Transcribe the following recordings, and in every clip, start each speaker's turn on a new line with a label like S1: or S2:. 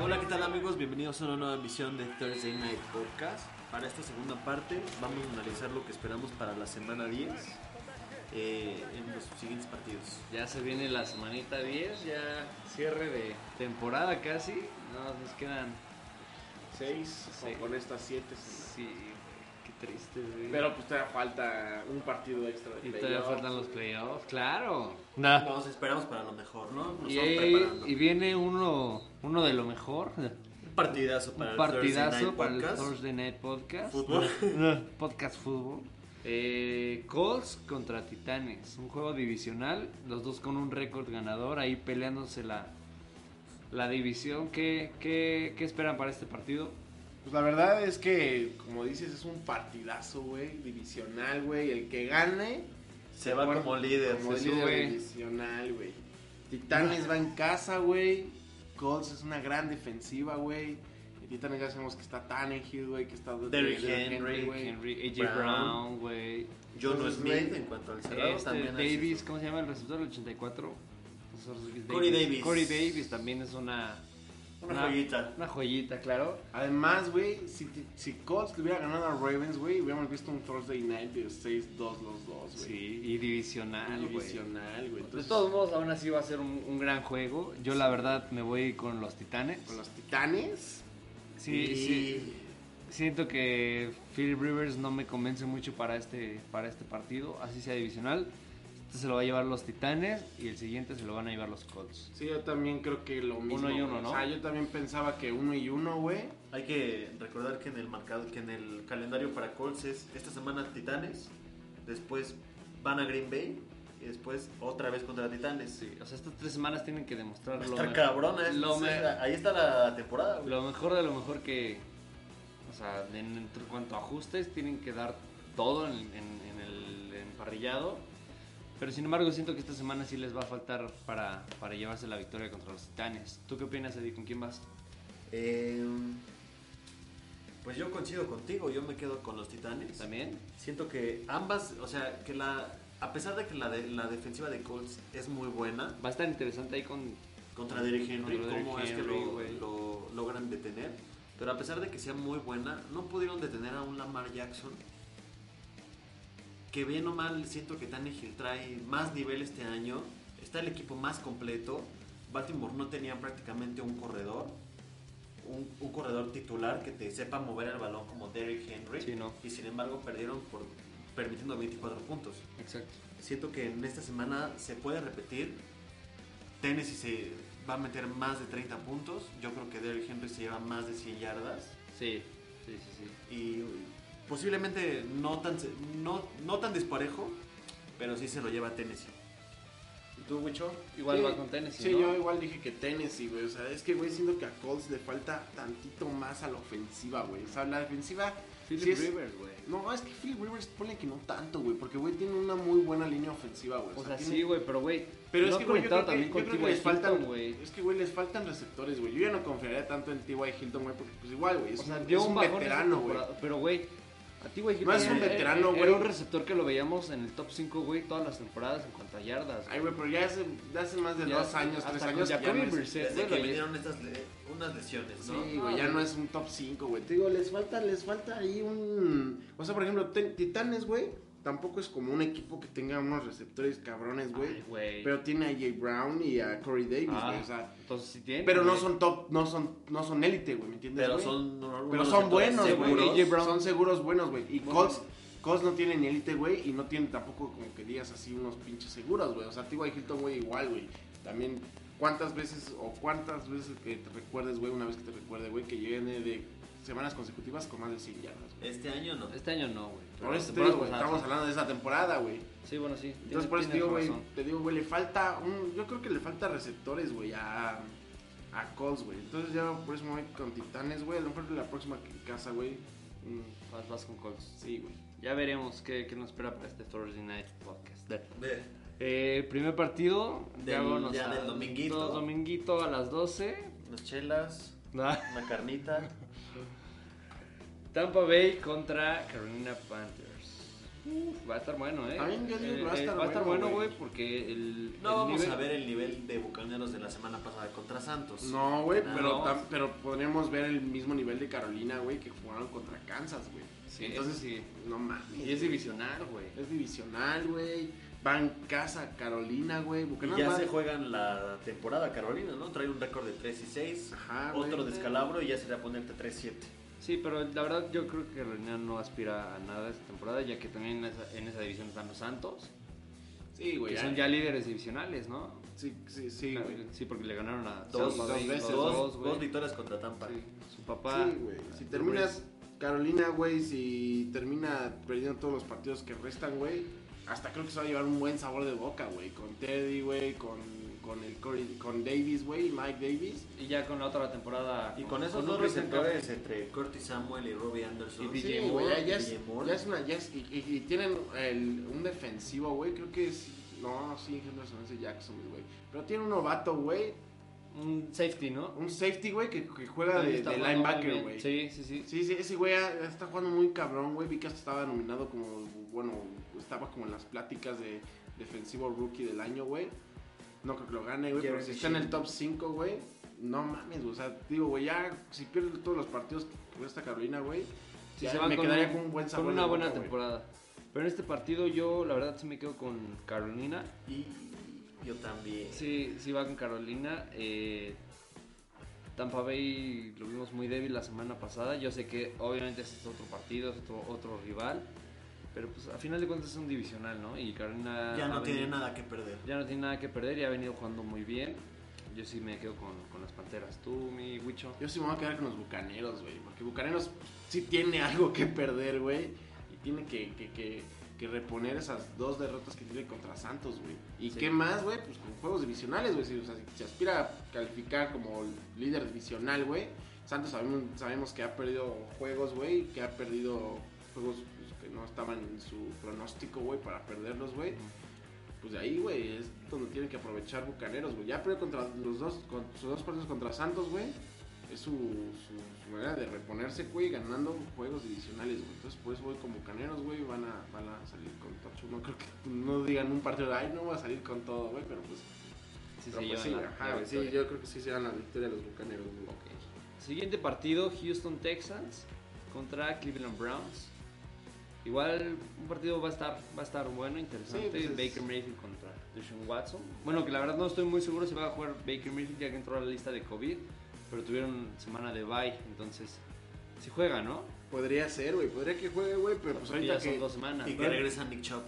S1: Hola, ¿qué tal amigos? Bienvenidos a una nueva emisión de Thursday Night Podcast. Para esta segunda parte vamos a analizar lo que esperamos para la semana 10 eh, en los siguientes partidos.
S2: Ya se viene la semanita 10, ya cierre de temporada casi. Nada más nos quedan.
S3: 6
S2: Sí.
S3: con estas 7 semanas.
S2: Sí, güey, qué triste, güey.
S3: Pero pues todavía falta un partido extra de
S2: y todavía
S3: playoffs.
S2: faltan los playoffs, claro.
S1: Nos esperamos para lo mejor, ¿no? Nos
S2: Y,
S1: estamos preparando.
S2: y viene uno, uno de lo mejor.
S1: Un partidazo para
S2: Un
S1: el Thursday
S2: partidazo
S1: Night
S2: para el
S1: Podcast.
S2: Thursday Night Podcast.
S1: Fútbol.
S2: Podcast Fútbol. Eh, Colts contra Titanes. Un juego divisional. Los dos con un récord ganador. Ahí peleándose la, la división. ¿Qué, qué, qué esperan para este partido?
S3: Pues la verdad es que, como dices, es un partidazo, güey. Divisional, güey. El que gane,
S1: Se va como líder.
S3: como
S2: se
S3: líder
S2: sube.
S3: divisional, güey. Titanes va en casa, güey. Colts es una gran defensiva, güey. Y Titanes ya sabemos que está Tannehill, güey. Que está
S1: Derrick Henry,
S3: güey.
S2: Henry, AJ
S1: Brown.
S2: Brown, güey.
S1: John
S3: Entonces,
S1: Smith
S3: güey,
S1: en cuanto al cerrado
S2: Este,
S1: también. hace
S2: Davis,
S1: su-
S2: ¿cómo se llama el receptor? El 84.
S1: Corey Davis.
S2: Corey Davis también es una,
S1: Una joyita.
S2: Una joyita, claro.
S3: Además, güey, si, ti- si Colts le hubiera ganado a Ravens, güey, hubiéramos visto un Thursday night de 6-2 los dos, güey.
S2: Sí, y divisional, güey.
S3: Divisional, güey.
S2: De
S3: Entonces,
S2: todos modos, aún así va a ser un, un gran juego. Yo, la verdad, me voy con los Titanes.
S3: con los Titanes.
S2: Sí,
S1: Y-
S2: sí. Siento que Philip Rivers no me convence mucho para este, para este partido, así sea divisional. Este se lo va a llevar los Titanes y el siguiente se lo van a llevar los Colts.
S3: Sí, yo también creo que lo mismo.
S2: y uno,
S3: güey.
S2: ¿no?
S3: O sea, yo también pensaba que uno y uno, güey.
S1: Hay que recordar que en el marcado, que en el calendario para Colts es esta semana Titanes, después van a Green Bay y después otra vez contra Titanes.
S2: Sí, o sea, estas tres semanas tienen que demostrar
S1: Va a
S2: lo
S1: estar
S2: me-
S1: cabrona, es-
S2: lo,
S1: o
S2: me-
S1: sea, ahí está la temporada. güey.
S2: lo mejor de lo mejor que. O sea, en, en cuanto a ajustes, tienen que dar todo en, en- en el emparrillado. Pero sin embargo, siento que esta semana sí les va a faltar para, para llevarse la victoria contra los Titanes. ¿Tú qué opinas, Eddie? ¿Con quién vas?
S1: Eh, pues yo coincido contigo, yo me quedo con los Titanes.
S2: ¿También?
S1: Siento que ambas, o sea, que la a pesar de que la, de- la defensiva de Colts es muy buena
S2: Va a estar interesante ahí con.
S1: contra Derrick Henry,
S2: Contra Derrick
S1: cómo es que
S2: Henry,
S1: lo,
S2: güey.
S1: lo logran detener, pero a pesar de que sea muy buena, no pudieron detener a un Lamar Jackson. Que bien o mal, siento que Tannehill trae más nivel este año. Está el equipo más completo. Baltimore no tenía prácticamente un corredor. un, un corredor titular que te sepa mover el balón como Derrick Henry
S2: Sí, no.
S1: y sin embargo perdieron por permitiendo 24 puntos.
S2: Exacto.
S1: Siento que en esta semana se puede repetir. Tennessee se va a meter más de 30 puntos. Yo creo que Derrick Henry se lleva más de 100 yardas
S2: Sí, sí, sí. sí.
S1: y posiblemente no tan se- no, no tan disparejo, pero sí se lo lleva Tennessee.
S3: ¿Y tú, Wicho?
S2: Igual
S3: Sí,
S2: vas con Tennessee,
S3: Sí,
S2: ¿no?
S3: yo igual dije que Tennessee, güey. O sea, es que, güey, siento que a Colts le falta tantito más a la ofensiva, güey. O sea, la defensiva.
S2: Philip
S3: sí es-
S2: Rivers, güey.
S3: No, es que Philip Rivers pone que no tanto, güey. Porque, güey, tiene una muy buena línea ofensiva, güey.
S2: O sea,
S3: tiene-
S2: sí, güey, pero güey.
S3: Pero
S2: lo
S3: es
S2: he
S3: que, güey, yo
S2: comentado
S3: creo que,
S2: también
S3: yo creo
S2: contigo
S3: que les
S2: de Hilton,
S3: faltan,
S2: güey.
S3: Es que, güey, les faltan receptores, güey. Yo ya no confiaría tanto en T.Y. Hilton, güey, porque, pues, igual, güey, es,
S2: O sea,
S3: un-
S2: dio
S3: es un,
S2: bajón
S3: veterano,
S2: esa
S3: güey.
S2: temporada, Pero, güey, a ti, güey,
S3: No es un
S2: era-
S3: veterano,
S2: eh, era-
S3: güey.
S2: Era un receptor que lo veíamos en el top 5, güey, todas las temporadas en cuanto a yardas. güey.
S3: Ay, güey, pero ya hace, ya hace más de
S2: Ya,
S3: dos años,
S2: hasta
S3: tres
S2: con
S3: años que ya
S2: Jacoby
S3: no es-
S2: Brissett,
S1: Desde
S2: güey,
S1: que
S2: lo-
S1: vinieron estas le- unas lesiones, ¿no?
S3: Sí, güey, ya no es un top 5, güey. Te digo, les falta, les falta ahí un... O sea, por ejemplo, Ten- Titanes, güey, tampoco es como un equipo que tenga unos receptores cabrones,
S2: Ay,
S3: güey.
S2: güey.
S3: Pero tiene a Jay Brown y a Corey Davis, güey,
S2: Ah,
S3: o sea...
S2: entonces sí tiene.
S3: Pero no
S2: güey.
S3: son top, no son, no son élite, güey, ¿me entiendes,
S1: Pero
S3: güey?
S1: son,
S3: Pero son buenos,
S2: Sí,
S3: güey.
S2: güey,
S1: seguros.
S2: AJ Brown.
S3: Son seguros buenos, güey. Y
S2: Bueno.
S3: Colts, Colts no tiene ni élite, güey. Y no tiene tampoco como que digas así unos pinches seguros, güey. O sea, T.Y. Hilton, güey, igual, güey. También, ¿cuántas veces o cuántas veces que te recuerdes, güey, una vez que te recuerde, güey, que viene de semanas consecutivas con más de 100 yardas, güey.
S1: Este año no.
S2: Este año no, güey. pero
S3: Por eso
S2: la
S3: te digo,
S2: temporada
S3: güey,
S2: pasada
S3: estamos
S2: sí.
S3: hablando de esa temporada, güey.
S2: Sí, bueno, sí.
S3: Entonces,
S2: tienes-
S3: por eso
S2: tienes
S3: te digo, güey,
S2: razón.
S3: te digo, güey, le falta un... Yo creo que le falta receptores, güey, a... A Colts, güey. Entonces ya por eso me voy con Titanes, güey. A lo mejor la próxima que- casa, güey. mm,
S2: Vas, vas con Colts.
S3: Sí, güey.
S2: Ya veremos qué, qué nos espera para este Thursday Night Podcast.
S1: Ve.
S2: Eh, primer partido,
S1: Del-
S2: Diego nos
S1: ya
S2: ha-
S1: del dominguito.
S2: todo dominguito a las 12.
S1: Unas chelas, una carnita.
S2: Tampa Bay contra Carolina Panthers. Uf, va a estar bueno, ¿eh?
S3: También yo digo que
S2: Eh,
S3: va a
S2: eh,
S3: estar
S2: va a estar
S3: bueno,
S2: bueno,
S3: güey.
S2: güey, porque el.
S1: No
S2: el
S1: vamos
S2: nivel-
S1: a ver eh. el nivel de bucaneros de la semana pasada contra Santos.
S3: No, güey,
S1: No.
S3: pero, tam- pero podríamos ver el mismo nivel de Carolina, güey, que jugaron contra Kansas, güey.
S2: Sí,
S3: Entonces,
S2: eso sí.
S3: no mames.
S2: Y es divisional, güey.
S3: Es divisional, güey. Van casa a Carolina, güey.
S1: Y
S3: Bucaneros
S1: ya
S3: va-
S1: se juegan la temporada Carolina, ¿no? Trae un récord de 3 y 6.
S3: Ajá, güey.
S1: otro descalabro y ya sería ponerte 3 7.
S2: Sí, pero la verdad yo creo que Carolina no aspira a nada esta temporada, ya que también en esa, en esa división están los Santos,
S3: Sí, güey.
S2: que son ya líderes divisionales, ¿no?
S3: Sí, sí, sí, güey.
S2: Sí, porque le ganaron a
S1: Dos,
S2: Tampa
S1: dos,
S2: Bay,
S3: veces,
S2: Dos,
S1: dos,
S2: güey.
S1: dos victorias contra Tampa.
S2: Sí, su papá.
S3: Sí, güey. Si terminas Carolina, güey, si termina perdiendo todos los partidos que restan, güey, hasta creo que se va a llevar un buen sabor de boca, güey. Con Teddy, güey, con, con el Corey- con Davis, güey, Mike Davis.
S2: Y ya con la otra temporada.
S1: Y con esos
S2: un
S1: dos
S2: Christian
S1: receptores
S2: Campbell.
S1: entre Curtis Samuel y Robbie Anderson.
S2: Y DJ
S3: sí, güey,
S2: Moore,
S3: ya, ya es,
S1: DJ Moore.
S3: ya es una. ya es- y, y- y tienen el- un defensivo, güey. Creo que es. No, sí, Henderson es de Jackson, güey. Pero tiene un novato, güey.
S2: Un safety, ¿no?
S3: Un safety, güey, que, que juega
S2: También
S3: de,
S2: está
S3: de
S2: jugando muy
S3: linebacker,
S2: bien.
S3: güey.
S2: Sí, sí, sí.
S3: Sí, sí, ese güey ah, está jugando muy cabrón, güey. Vi que hasta estaba nominado como, bueno, estaba como en las pláticas de defensivo rookie del año, güey. No creo que lo gane, güey, pero
S1: Jeremy
S3: si está en el
S1: Shea.
S3: top 5, güey, no mames, güey. O sea, digo, güey, ya si pierde todos los partidos con esta Carolina, güey,
S2: Sí,
S3: ya
S2: se van
S3: me
S2: con
S3: quedaría
S2: un-
S3: con un buen sabor.
S2: Con una
S3: de boca,
S2: buena
S3: güey.
S2: temporada. Pero en este partido yo, la verdad, sí me quedo con Carolina.
S1: Y yo también.
S2: Sí, sí va con Carolina. Eh, Tampa Bay lo vimos muy débil la semana pasada. Yo sé que obviamente es otro partido, es otro, otro rival. Pero pues a final de cuentas es un divisional, ¿no? Y Carolina...
S1: Ya
S2: ha
S1: no tiene
S2: venido-
S1: nada que perder.
S2: Ya no tiene nada que perder y ha venido jugando muy bien. Yo sí me quedo con, con las Panteras. Tú, mi Wicho.
S3: Yo sí me voy a quedar con los bucaneros, güey. Porque bucaneros sí tiene algo que perder, güey. Y tiene que, que, que- que reponer esas dos derrotas que tiene contra Santos, güey. ¿Y
S2: Sí.
S3: qué más, güey? Pues con juegos divisionales, güey. Si, o sea, si se aspira a calificar como líder divisional, güey. Santos sabemos, sabemos que ha perdido juegos, güey. Que ha perdido juegos pues, que no estaban en su pronóstico, güey, para perderlos, güey. Pues de ahí, güey, es donde tienen que aprovechar Bucaneros, güey. Ya perdió contra los dos, con sus dos partidos contra Santos, güey. Es su, su- su manera de reponerse, güey, ganando juegos divisionales, güey. Entonces, por eso voy con Bucaneros, güey, van a, van a salir con Tocho. No creo que no digan un partido de, ay, no voy a salir con todo, güey, pero pues...
S2: Sí, se
S3: pero
S2: llevan
S3: pues sí,
S2: la-
S3: ajá,
S2: la
S3: güey, sí,
S2: victoria.
S3: yo creo que sí se dan la victoria de los Bucaneros, güey.
S2: Siguiente partido, Houston Texans contra Cleveland Browns. Igual un partido va a estar, va a estar bueno, interesante.
S3: Sí, pues es-
S2: Baker Mayfield contra Deshaun Watson. Bueno, que la verdad no estoy muy seguro si va a jugar Baker Mayfield ya que entró a la lista de COVID, pero tuvieron semana de bye, entonces si juega, ¿no?
S3: Podría ser, güey, podría que juegue, güey, pero pues
S2: Porque ya
S3: ahorita
S2: son
S3: que...
S2: dos semanas.
S1: Y que regresa Nick Chop.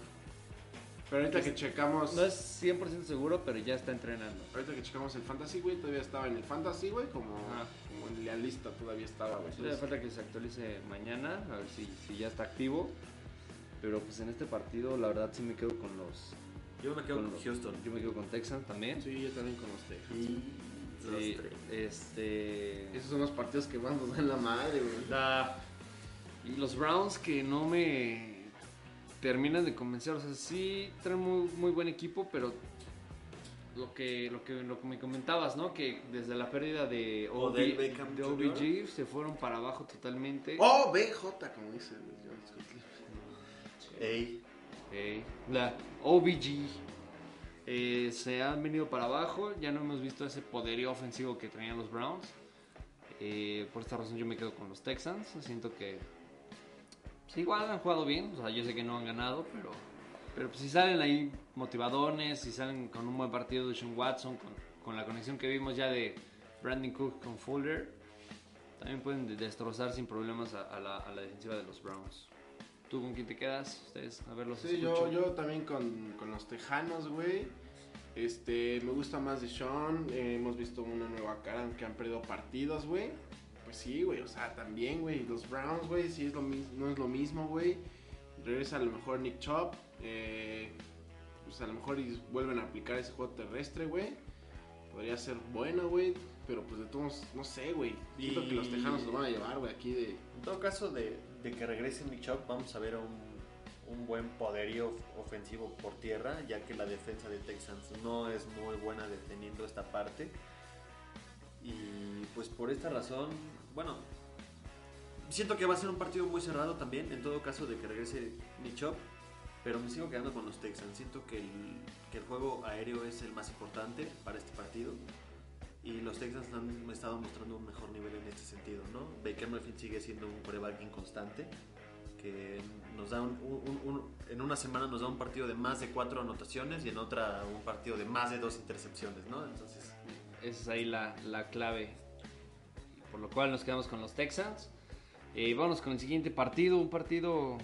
S3: Pero ahorita que checamos...
S2: No es 100% seguro, pero ya está entrenando.
S3: Ahorita que checamos el Fantasy, güey, todavía estaba en el Fantasy, güey, como,
S2: Ajá.
S3: como en la lista todavía estaba, güey.
S2: Solo hace falta que se actualice mañana, a ver si, si ya está activo. Pero pues en este partido la verdad sí me quedo con los...
S1: Yo me quedo con
S2: los-
S1: Houston.
S2: Yo me quedo con Texans también.
S3: Sí, yo también con los Texans.
S1: Y los
S2: Sí,
S1: tres.
S2: este.
S3: Esos son los partidos que más nos dan la madre, güey.
S1: Da-
S2: Y los Browns que no me terminan de convencer. O sea, sí traen muy, muy buen equipo, pero lo que, lo, que, lo que me comentabas, ¿no? Que desde la pérdida de,
S1: Odell Beckham
S2: de
S1: Jr..
S2: OBG se fueron para abajo totalmente.
S3: Oh, BJ, como dice güey, John Scotland.
S1: Ey,
S2: Eh, la OBG. eh, se han venido para abajo, ya no hemos visto ese poderío ofensivo que tenían los Browns. Eh, por esta razón yo me quedo con los Texans. Siento que pues, igual han jugado bien, o sea, yo sé que no han ganado, pero, pero pues, si salen ahí motivadones, si salen con un buen partido de Sean Watson, con, con la conexión que vimos ya de Brandon Cook con Fuller, también pueden de- destrozar sin problemas a, a la, a la defensiva de los Browns. ¿Tú con quién te quedas? Ustedes, a ver, los
S3: Sí, yo,
S2: escucho.
S3: yo también con, con los Tejanos, güey. Eh, Este, me gusta más de Sean. hemos visto una nueva cara que han perdido partidos, güey. Pues Pues sí, güey, o sea, también, güey. Los Browns, güey, sí es lo mis- no es lo mismo, güey. Regresa a lo mejor Nick Chop. pues a lo mejor y vuelven a aplicar ese juego terrestre, güey. Podría ser bueno, güey. Pero pues de todos, modos, no sé, güey. Siento
S1: Y-
S3: que los tejanos se lo van a llevar, güey, aquí de.
S1: En todo caso de, de que regrese Nick Chubb, vamos a ver un, un buen poderío of- ofensivo por tierra, ya que la defensa de Texans no es muy buena deteniendo esta parte. Y pues por esta razón, bueno, siento que va a ser un partido muy cerrado también, en todo caso de que regrese Nick Chubb, pero me sigo quedando con los Texans. Siento que el, que el juego aéreo es el más importante para este partido. Y los Texans han estado mostrando un mejor nivel en este sentido, ¿no? Baker Mayfield sigue siendo un coreback inconstante que nos da un- un- un- en una semana nos da un partido de más de cuatro anotaciones y en otra un partido de más de dos intercepciones, ¿no? Entonces,
S2: Esa es ahí la, la clave. Por lo cual nos quedamos con los Texans. Eh, y vámonos con el siguiente partido, un partido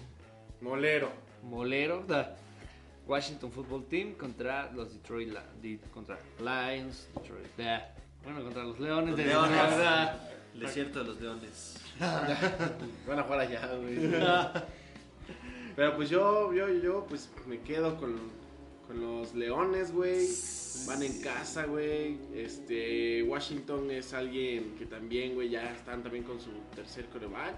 S3: Molero.
S2: molero. da. Washington Football Team contra los Detroit La- Di- contra Lions. Detroit, da. Bueno, contra los Leones
S1: los
S2: de
S1: leones,
S2: Detroit, da.
S1: el desierto de los leones.
S3: Van a jugar allá, güey. Pero pues yo, yo, yo, pues me quedo con, con los leones, güey. Van en casa, güey. Este, Washington es alguien que también, güey, ya están también con su tercer coreback.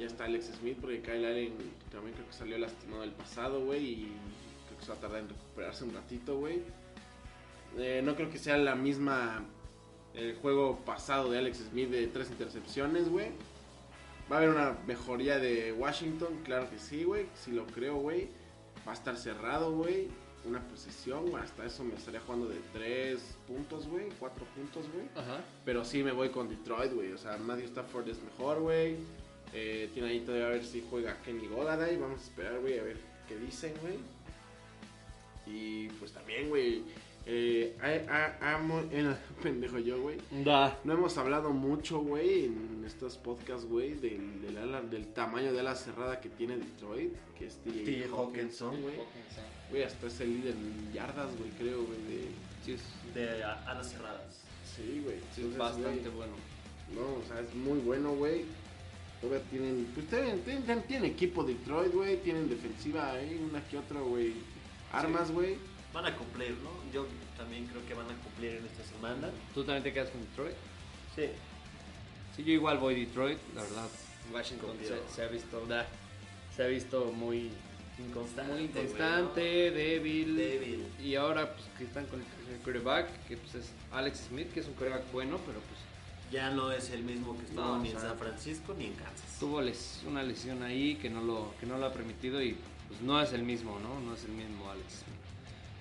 S3: Ya está Alex Smith, porque Kyle Allen también creo que salió lastimado el pasado, güey. Y creo que se va a tardar en recuperarse un ratito, güey. Eh, no creo que sea la misma el juego pasado de Alex Smith de tres intercepciones, güey. Va a haber una mejoría de Washington, claro que sí, güey. Si lo creo, güey. Va a estar cerrado, güey. Una posesión, güey. Hasta eso me estaría jugando de 3 puntos, güey. 4 puntos, güey.
S2: Ajá.
S3: Pero sí me voy con Detroit, güey. O sea, Matthew Stafford es mejor, güey. Eh, tiene ahí todavía a ver si juega Kenny Golladay. Vamos a esperar, güey, a ver qué dicen, güey. Y pues también, güey. Eh, a- a- amo. eh, pendejo yo, güey.
S2: Da.
S3: No hemos hablado mucho, güey, en estos podcasts, güey, del, del, ala- del tamaño de ala cerrada que tiene Detroit, que es TJ,
S1: TJ
S3: Hawkinson,
S1: Hawkinson,
S3: güey. Güey, hasta es el líder en yardas, güey, creo, güey. de-
S2: Sí, es,
S1: De a- alas cerradas.
S3: Sí, güey.
S2: sí, es
S3: Entonces,
S2: bastante
S3: güey,
S2: bueno.
S3: No, o sea, es muy bueno, güey. Todavía tienen, pues tienen, tienen- tienen- tienen equipo Detroit, güey, tienen defensiva, ahí, una que otra, güey. Armas, güey.
S1: Van a cumplir, ¿no? Yo también creo que van a cumplir en esta semana.
S2: ¿Tú también te quedas con Detroit?
S1: Sí.
S2: Sí, yo igual voy Detroit, la verdad. Washington
S1: Confío.
S2: se, se ha visto, da, se ha visto muy
S1: Inconstante.
S2: muy
S1: güey,
S2: inconstante, débil.
S1: Débil.
S2: Y ahora pues que están con el tercer quarterback, que pues es Alex Smith, que es un quarterback bueno, pero pues
S1: ¿no? Ya no es el mismo que estuvo
S2: No,
S1: ni
S2: o
S1: en
S2: sea,
S1: San Francisco ni en Kansas.
S2: tuvo les- una lesión ahí que no lo que no lo ha permitido y pues no es el mismo, ¿no? No es el mismo Alex Smith.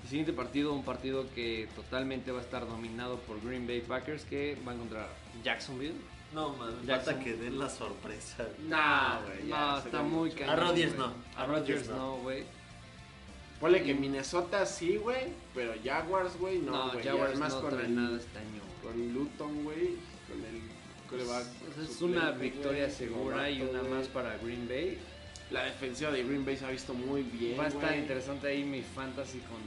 S2: El siguiente partido, un partido que totalmente va a estar dominado por Green Bay Packers que van contra Jacksonville.
S1: No, man, me
S2: Jackson.
S1: falta que den la sorpresa.
S3: Nah, güey, ya,
S2: No,
S3: se
S2: está
S3: ve
S2: muy
S3: mucho.
S2: cañón.
S1: A Rodgers
S2: güey.
S1: no,
S2: A
S1: a
S2: Rodgers
S1: Rodgers
S2: no, güey.
S3: Ponle que Minnesota sí, güey, pero Jaguars, güey, no,
S2: No,
S3: güey.
S2: Jaguars
S3: Además,
S2: no
S3: con
S2: trae
S3: el-
S2: nada este año, güey.
S3: Con Luton, güey, con el coreback.
S2: Pues Es
S3: suplente,
S2: una
S3: güey,
S2: victoria segura y
S3: novato,
S2: una
S3: güey.
S2: más para Green Bay.
S3: La defensiva de Green Bay se ha visto muy bien.
S2: Va a estar
S3: güey.
S2: interesante ahí mi fantasy con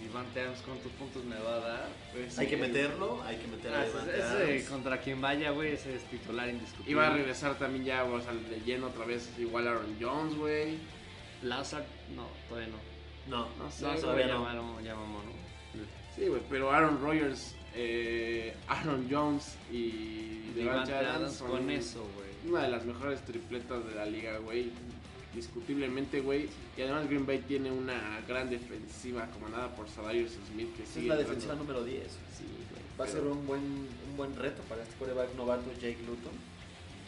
S2: Devante Adams. ¿Cuántos puntos me va a dar?
S3: Pues,
S1: Hay
S3: sí.
S1: que meterlo, hay que meter
S2: Ah,
S1: a
S2: ese-
S1: Devante
S2: ese
S1: Adams.
S2: contra quien vaya, güey, ese es titular indiscutible.
S3: Y va a regresar también ya, o sea, de lleno otra vez, igual Aaron Jones, güey.
S2: Lazard, no, todavía no.
S1: No,
S3: No
S1: no,
S3: sé,
S1: todavía
S2: ya
S1: no.
S2: vamos, ya vamos, ¿no?
S3: Sí, güey, pero Aaron Rodgers, eh, Aaron Jones y
S2: Devante
S3: Devante
S2: Adams
S3: son
S2: con eso, güey.
S3: Una de las mejores tripletas de la liga, güey. Discutiblemente, güey. Y además Green Bay tiene una gran defensiva comandada por Sadarius Smith.
S1: Esa
S3: Que
S1: es
S3: sigue
S1: la
S3: entrando.
S1: defensiva número 10.
S3: Sí, güey,
S1: Va a
S3: pero-
S1: ser un buen, un buen reto para este coreback novato Jake Luton.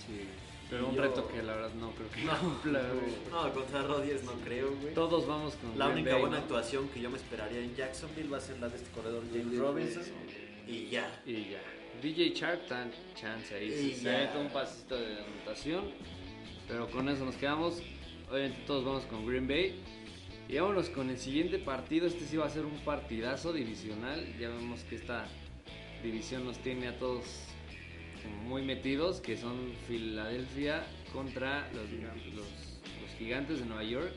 S2: Sí. Pero un
S1: Yo-
S2: reto que la verdad no creo que cumpla, güey.
S1: No, contra Rodgers no creo, güey.
S2: Todos vamos con
S1: La
S2: Green
S1: única
S2: Bay,
S1: buena
S2: ¿no?
S1: actuación que yo me esperaría en Jacksonville va a ser la de este corredor James Robinson. Y ya.
S2: Y ya. DJ Shark tan chance ahí.
S1: Y
S2: se
S1: ya.
S2: mete un pasito de anotación. Pero con eso nos quedamos. Obviamente todos vamos con Green Bay. Y vámonos con el siguiente partido. Este sí va a ser un partidazo divisional. Ya vemos que esta división nos tiene a todos muy metidos. Que son Filadelfia contra los, los- los gigantes de Nueva York.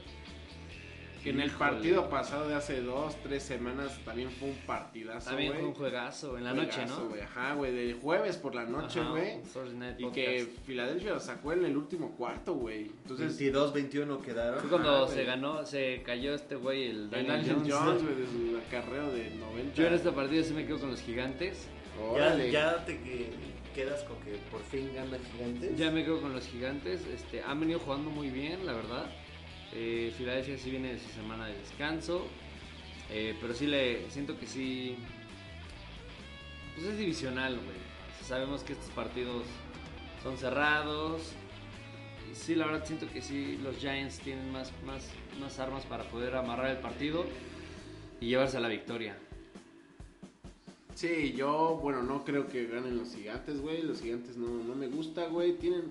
S3: Que en el
S2: Híjole.
S3: partido pasado de hace dos, tres semanas también fue un partidazo, güey.
S2: También fue un juegazo en la noche,
S3: Juegazo,
S2: ¿no?
S3: güey. Ajá, güey, del jueves por la noche,
S2: Ajá,
S3: güey.
S2: un Thursday Night
S3: Y que
S2: Podcast.
S3: Filadelfia lo sacó en el último cuarto, güey. Entonces,
S1: 22-21 quedaron. Ah,
S2: Fue cuando
S3: Ajá,
S2: se
S3: Ah, güey.
S2: ganó, se cayó este güey, el
S3: Daniel,
S2: Daniel Jones.
S3: Jones, güey, de su acarreo de 90.
S2: Yo en este- esta partida sí me quedo con los gigantes.
S1: Ya,
S3: Órale.
S1: ya te que- quedas con que por fin gana Gigantes.
S2: Ya me quedo con los gigantes. Este, han venido jugando muy bien, la verdad. Eh, Filadelfia sí viene de su semana de descanso. Eh, pero sí le siento que sí. Pues es divisional, güey. O sea, sabemos que estos partidos son cerrados. Y sí, la verdad siento que sí, los Giants tienen más, más, más armas para poder amarrar el partido y llevarse a la victoria.
S3: Sí, yo, bueno, no creo que ganen los gigantes, güey. Los gigantes no, no me gusta, güey. Tienen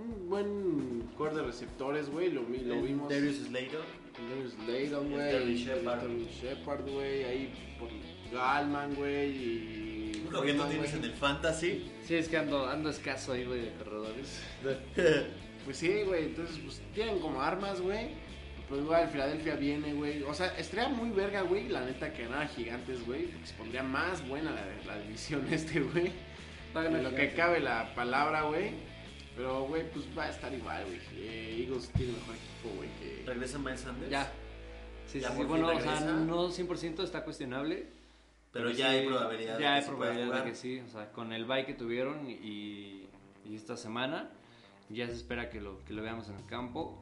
S3: un buen core de receptores, güey. Lo, vi- lo
S1: El
S3: vimos.
S1: Darius Slater.
S3: Darius Slayton,
S1: El
S3: güey.
S1: Sterling
S3: el
S1: Shepard.
S3: Sterling Shepard, güey. Ahí por Galman, güey. Y.
S1: Lo que no
S3: Coleman,
S1: tienes
S3: güey.
S1: en el Fantasy.
S2: Sí, es que ando, ando escaso ahí, güey, de corredores.
S3: Pues sí, güey. Entonces, pues tienen como armas, güey. Pero igual, Filadelfia viene, güey. O sea, estaría muy verga, güey. La neta que ganara gigantes, güey. porque Se pondría más buena la, la división este, güey. En lo que cabe la palabra, güey. Pero, güey, pues va a estar igual, güey. Eh, Eagles tiene mejor equipo, güey. Que...
S1: Regresa Miles Sanders.
S2: Ya. Sí,
S1: Ya
S2: sí, sí,
S1: por fin
S2: bueno, o sea,
S1: regresa.
S2: no 100% está cuestionable.
S1: Pero ya
S2: sí,
S1: hay probabilidad
S2: Ya
S1: de
S2: hay
S1: que se pueda
S2: probabilidad de
S1: jugar.
S2: que sí. O sea, con el bye que tuvieron y, y esta semana, ya se espera que lo, que lo veamos en el campo.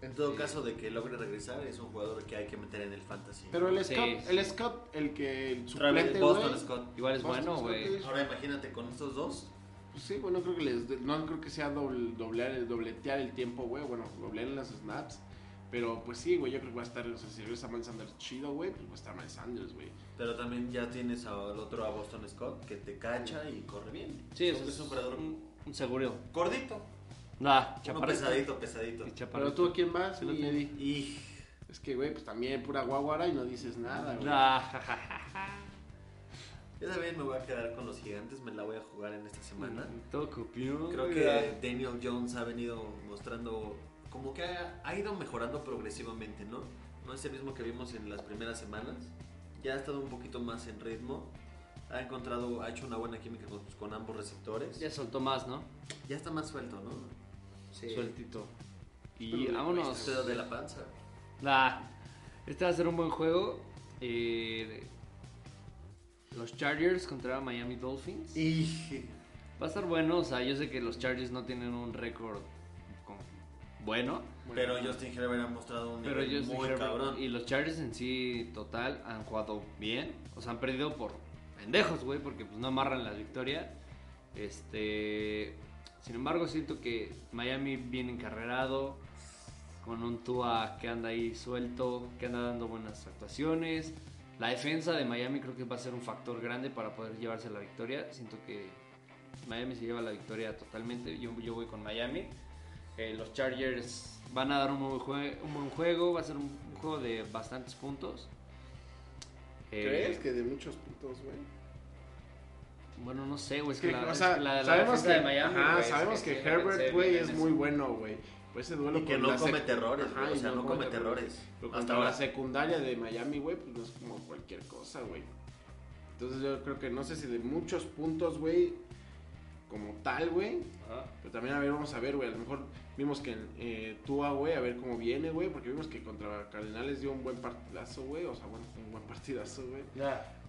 S1: En todo
S2: Sí.
S1: caso, de que logre regresar, es un jugador que hay que meter en el Fantasy.
S3: Pero el
S2: Sí,
S3: Scott,
S2: sí.
S3: el Scott, el que el
S1: Travis-
S3: suplente, güey.
S1: Boston Scott.
S2: Igual es
S3: Boston
S2: bueno,
S3: Scott
S2: güey.
S3: es-
S1: Ahora imagínate con estos dos.
S3: Pues sí, bueno, creo que les, no creo que sea doble- doblear, dobletear el tiempo, güey. Bueno, doblear en las snaps. Pero pues sí, güey, yo creo que va a estar, o sea, si regresa Miles Sanders chido, güey, pues va a estar Miles Sanders, güey.
S1: Pero también ya tienes al otro a Boston Scott que te cacha y corre bien.
S2: Sí,
S1: es,
S2: eso
S1: un jugador
S2: un, un seguro.
S1: gordito.
S2: Nah,
S1: Uno
S2: chaparrito.
S1: pesadito, pesadito.
S2: Y
S3: Pero
S2: chaparrito.
S3: tú, ¿a quién vas?
S2: Sí, lo
S3: mi
S2: tengo.
S3: Eddie?
S1: Y
S3: Es que, güey, pues también pura guaguara y no dices nada, güey.
S2: Nah, jajaja.
S1: yo también me voy a quedar con los gigantes, me la voy a jugar en esta semana.
S2: Todo copión.
S1: Creo que
S2: güey.
S1: Daniel Jones ha venido mostrando, como que ha, ha ido mejorando progresivamente, ¿no? No es el mismo que vimos en las primeras semanas. Ya ha estado un poquito más en ritmo. Ha encontrado, ha hecho una buena química con, con ambos receptores.
S2: Ya soltó más, ¿no?
S1: Ya está más suelto, ¿no? Sí.
S2: Sueltito. Y
S3: Pero le
S2: vámonos.
S1: Suelto de la panza.
S2: Nah, este va a ser un buen juego. Eh, los Chargers contra Miami Dolphins.
S1: Y
S2: Va a estar bueno, o sea, yo sé que los Chargers no tienen un récord como bueno,
S3: Bueno,
S1: pero Justin Herbert ha mostrado un
S2: pero
S1: nivel
S2: yo sé
S1: muy
S2: que-
S1: cabrón.
S2: y los Chargers en sí total han jugado bien, o sea, han perdido por pendejos, güey, porque pues no amarran la victoria. Este, sin embargo, siento que Miami viene encarrerado con un Tua que anda ahí suelto, que anda dando buenas actuaciones. La defensa de Miami creo que va a ser un factor grande para poder llevarse la victoria. Siento que Miami se lleva la victoria totalmente. Yo, yo voy con Miami. Eh, los Chargers van a dar un buen, jue- un buen juego. Va a ser un, un juego de bastantes puntos. Eh,
S3: ¿Crees que de muchos puntos, güey?
S2: Bueno, no sé, güey. Es
S3: Es
S2: que,
S3: que,
S2: la,
S3: o
S2: es
S3: sea,
S2: que la- la
S3: sabemos
S2: defensa
S3: que,
S2: de Miami.
S3: ajá,
S2: güey, es
S3: sabemos
S2: que
S3: que
S2: sí, la
S3: Herbert,
S2: pensé
S3: güey,
S2: bien
S3: es
S2: en
S3: muy
S2: eso.
S3: bueno, güey. Pues ese duelo
S1: Y que
S3: con
S1: no
S3: la sec-
S1: comete errores,
S3: Ajá,
S1: güey, o
S3: y
S1: sea, no comete errores.
S3: Pero
S1: Hasta
S3: contra
S1: ahora.
S3: la secundaria de Miami, güey, pues no es como cualquier cosa, güey. Entonces yo creo que no sé si de muchos puntos, güey, como tal, güey.
S2: Ajá.
S3: Pero también, a ver, vamos a ver, güey. A lo mejor vimos que eh, Tua, güey, a ver cómo viene, güey. Porque vimos que contra Cardenales dio un buen partidazo, güey. O sea, bueno, un buen partidazo, güey.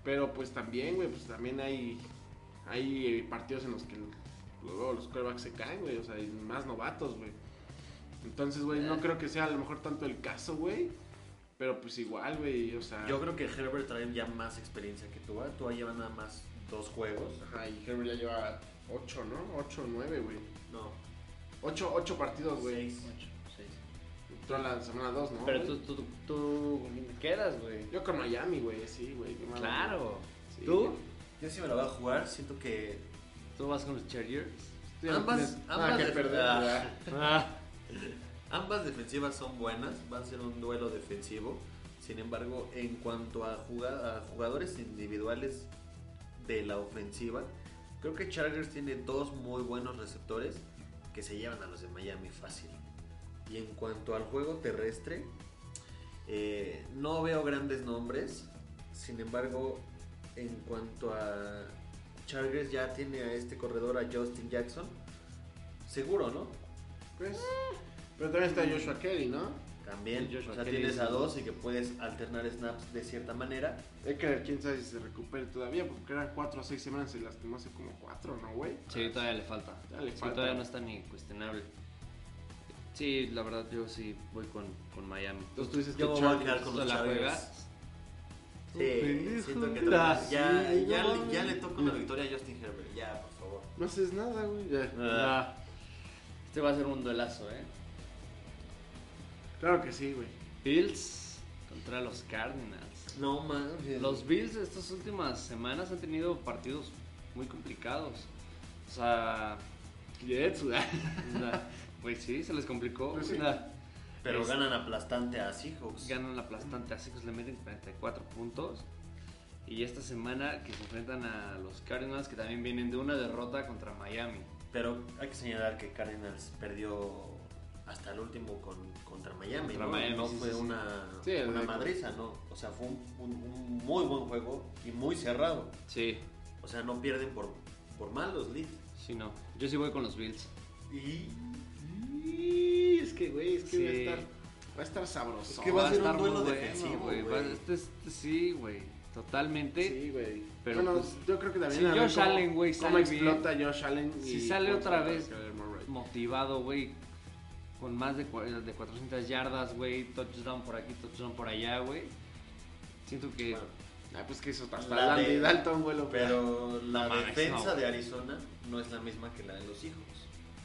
S3: Pero pues también, güey, pues también hay, hay eh, partidos en los que luego los quarterbacks se caen, güey. O sea, hay más novatos, güey. Entonces, güey, no creo que sea a lo mejor tanto el caso, güey. Pero pues igual, güey, o sea...
S1: Yo creo que Herbert trae ya más experiencia que tú. ¿eh? Tú lleva nada más dos juegos.
S3: Ajá, y Herbert ya lleva 8, ¿no? 8 o 9, güey.
S1: No,
S3: 8, 8 partidos, güey.
S1: seis.
S3: Entró en la semana 2, ¿no?
S2: Pero
S3: güey?
S2: tú, tú, tú, tú quedas, güey.
S3: Yo con Miami, güey, sí, güey. qué mal, güey.
S2: Claro.
S3: Sí.
S2: ¿Tú?
S1: Yo sí me la voy a jugar. Siento que
S2: ¿Tú vas con los Chargers?
S3: Tú ya no
S1: Ambas-
S3: tienes nada
S1: ambas
S3: que
S1: de-
S3: perder,
S1: ah.
S3: ¿verdad?
S2: Ah,
S1: ambas defensivas son buenas. Va a ser un duelo defensivo. Sin embargo, en cuanto a, juga- a jugadores individuales de la ofensiva, creo que Chargers tiene dos muy buenos receptores que se llevan a los de Miami fácil. Y en cuanto al juego terrestre, Eh, no veo grandes nombres. Sin embargo, en cuanto a Chargers ya tiene a este corredor a Justin Jackson. Seguro, ¿no?
S3: Pues, pero también está Joshua Kelly, ¿no?
S1: También.
S2: Sí, Joshua
S1: o sea,
S2: Kelly
S1: tienes
S2: es-
S1: a dos y que puedes alternar snaps de cierta manera.
S3: Hay que ver quién sabe si se recupere todavía, porque eran 4 o 6 semanas y lastimó hace como 4, ¿no, güey?
S2: Sí, todavía le falta.
S3: Todavía le
S2: Sí,
S3: falta.
S2: todavía no está ni cuestionable. Sí, la verdad yo sí voy con, con Miami.
S3: Entonces tú dices
S1: Yo
S3: que
S1: me voy a
S3: Chargers-
S1: quedar con-
S2: ¿Tú
S1: los
S2: la
S1: Chargers.
S2: juegas?
S1: Sí,
S3: pendejo,
S1: siento que
S3: mira,
S1: otra vez ya,
S3: sí,
S1: ya,
S3: no
S1: le, ya
S3: mames.
S1: le toca una victoria a Justin Herbert. Ya, por favor.
S3: No haces nada, güey. Ya.
S1: Ah.
S2: Este va a ser un duelazo, ¿eh?
S3: Claro que sí, güey.
S2: Bills contra los Cardinals.
S1: No mames.
S2: Los Bills estas últimas semanas han tenido partidos muy complicados. O sea,
S3: Jets, güey.
S2: na- pues sí, se les complicó.
S3: Pues sí.
S2: Na-
S1: Pero
S2: es-
S1: ganan aplastante a Seahawks.
S2: pues, ganan la aplastante a Seahawks, le meten 34 puntos. Y esta semana que se enfrentan a los Cardinals, que también vienen de una derrota contra Miami.
S1: Pero hay que señalar que Cardinals perdió hasta el último con- contra Miami.
S2: Contra
S1: ¿no?
S2: Miami,
S1: No
S2: sí,
S1: fue
S2: sí, sí.
S1: una,
S3: Sí, el
S1: una
S3: de-
S1: madriza, ¿no? O sea, fue un, un- un muy buen juego y muy cerrado.
S2: Sí,
S1: O sea, no pierden por, por mal los Leafs.
S2: sí, no. Yo sí voy con los Bills.
S1: Y
S3: Y es que, güey, es que
S2: Sí.
S3: va a estar. Va a estar sabroso.
S1: Es que va a ser un
S2: estar muy
S1: duelo
S2: bueno,
S1: defensivo,
S2: Va-
S1: güey.
S2: Este, este sí, güey. Totalmente.
S3: Sí, güey.
S2: Pero,
S3: bueno,
S2: pues,
S3: yo creo que también.
S2: si
S3: a ver
S2: Josh
S3: cómo-
S2: Allen, güey,
S3: cómo
S2: sale
S3: explota Josh Allen.
S2: Si
S3: y
S2: sale
S3: cómo
S2: otra
S3: explota
S2: vez-
S3: Kyler Murray.
S2: Motivado, güey. Con más de, cua- de 400 yardas, güey. Touchdown por aquí, touchdown por allá, güey. Siento que.
S1: Bueno,
S3: Ah, pues que eso hasta
S1: La
S3: Landy
S1: de-
S3: Dalton, güey. lo-
S1: Pero la
S2: mames,
S1: defensa
S2: no.
S1: de Arizona no es la misma que la de los Seahawks.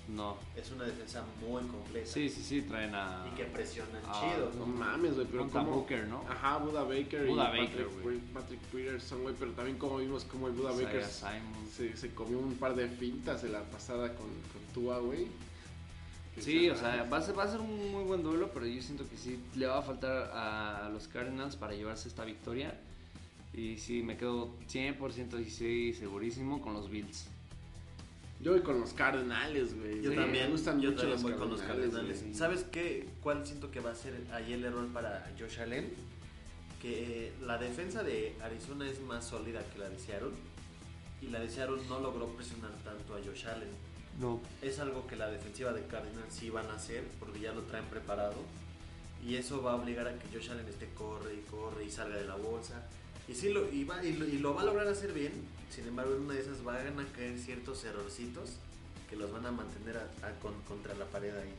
S2: No.
S1: Es una defensa muy completa
S2: Sí, sí, sí, traen a.
S1: y que presionan
S2: Ah,
S1: chido.
S3: No mames, güey, pero
S2: Monta
S3: como...
S2: Booker, ¿no?
S3: Ajá, Buda Baker
S2: Buda
S3: y
S2: Baker,
S3: Patrick,
S2: güey.
S3: Patrick Peterson, güey, pero también como vimos como el Buda
S2: Isaiah
S3: Baker
S2: Simons.
S3: se, se comió un par de fintas de la pasada con, con Tua, güey. Que
S2: Sí, o sea,
S3: mames.
S2: va a, ser, va a ser un muy buen duelo, pero yo siento que sí le va a faltar a los Cardinals para llevarse esta victoria. Y sí, me quedo 100% y sí, segurísimo con los Bills.
S3: Yo voy con los Cardenales, güey.
S1: Yo
S3: Sí,
S1: también,
S3: me gustan
S1: yo
S3: mucho
S1: también
S3: los
S1: voy con los Cardenales.
S3: güey.
S1: ¿Sabes qué? ¿Cuál siento que va a ser ahí el error para Josh Allen? Que eh, la defensa de Arizona es más sólida que la de Seattle. Y la de Seattle no logró presionar tanto a Josh Allen.
S2: No.
S1: Es algo que la defensiva de Cardinals sí van a hacer porque ya lo traen preparado. Y eso va a obligar a que Josh Allen esté corre y corre y salga de la bolsa. Y sí lo, y va- y lo, y lo va a lograr hacer bien. Sin embargo, en una de esas van a caer ciertos errorcitos que los van a mantener a- a- con- contra la pared ahí.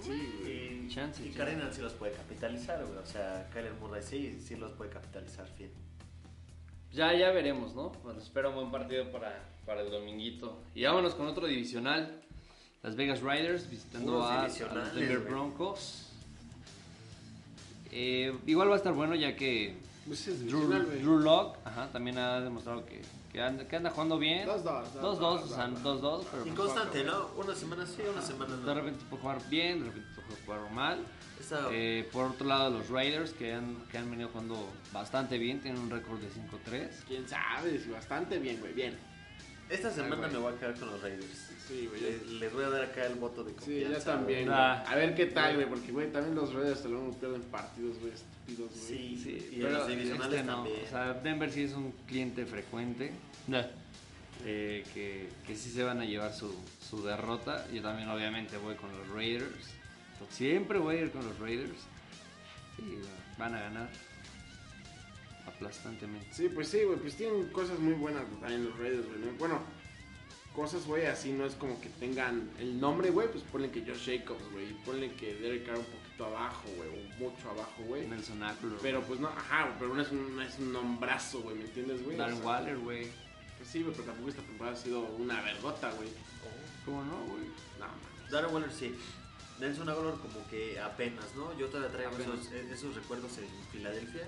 S3: Sí, güey.
S1: Y,
S2: Chance,
S1: y
S2: chance.
S1: Cardinals sí los puede capitalizar, güey. O sea, Kyler Murray sí, sí los puede capitalizar bien.
S2: Ya, ya veremos, ¿no? Bueno, espero un buen partido para, para el dominguito. Y vámonos con otro divisional. Las Vegas Riders visitando
S1: Puros
S2: a, a
S1: divisionales,
S2: los Denver
S1: güey.
S2: Broncos. Eh, igual va a estar bueno ya que
S3: Pues es
S2: Drew,
S3: divisional, güey.
S2: Drew Lock ajá, también ha demostrado que, que, anda, que anda jugando bien. 2-2,
S3: 2-2,
S2: o sea, 2-2, pero
S1: Y
S2: pues,
S1: constante, ¿no? Una semana sí, una semana
S2: de
S1: no.
S2: repente puede jugar bien, de repente puede jugar mal.
S1: Esa-
S2: Eh, por otro lado, los Raiders que han, que han venido jugando bastante bien, tienen un récord de 5-3.
S3: Quién sabe, sí, bastante bien, güey, bien.
S1: Esta semana
S2: güey.
S1: me voy a quedar con los Raiders.
S3: Sí, güey.
S1: Les, les voy a dar acá el voto de
S3: Sí,
S1: confianza.
S3: ya también.
S1: güey.
S3: güey.
S2: Ah.
S3: A ver qué tal, güey, porque, güey, también los Raiders luego pierden partidos, güey, estúpidos, güey.
S1: Sí, y en
S2: pero
S1: los divisionales
S2: este no,
S1: también.
S2: O sea, Denver sí es un cliente frecuente. eh, que, que sí se van a llevar su, su derrota. Yo también, obviamente, voy con los Raiders. Siempre voy a ir con los Raiders. Y eh, van a ganar aplastantemente.
S3: Sí, pues sí, güey, pues tienen cosas muy buenas güey, también los Raiders, güey. ¿no? Bueno, cosas, güey, así no es como que tengan el nombre, güey, pues ponle que Josh Jacobs, güey, y ponle que Derek Carr un poquito abajo, güey, o mucho abajo, güey.
S2: En el sonáculo.
S3: Pero pues no, ajá, güey, pero no es un, no es un nombrazo, güey, ¿me entiendes, güey?
S2: Darren
S3: O sea,
S2: Waller, güey.
S3: Pues sí, güey, pero tampoco esta temporada ha sido una vergota, güey.
S2: ¿Cómo no, güey?
S3: No, mames.
S1: Oh. Darren Waller sí. Nelson Aguilar como que apenas, ¿no? Yo todavía traigo
S2: Apenas.
S1: esos, e- esos recuerdos en Filadelfia,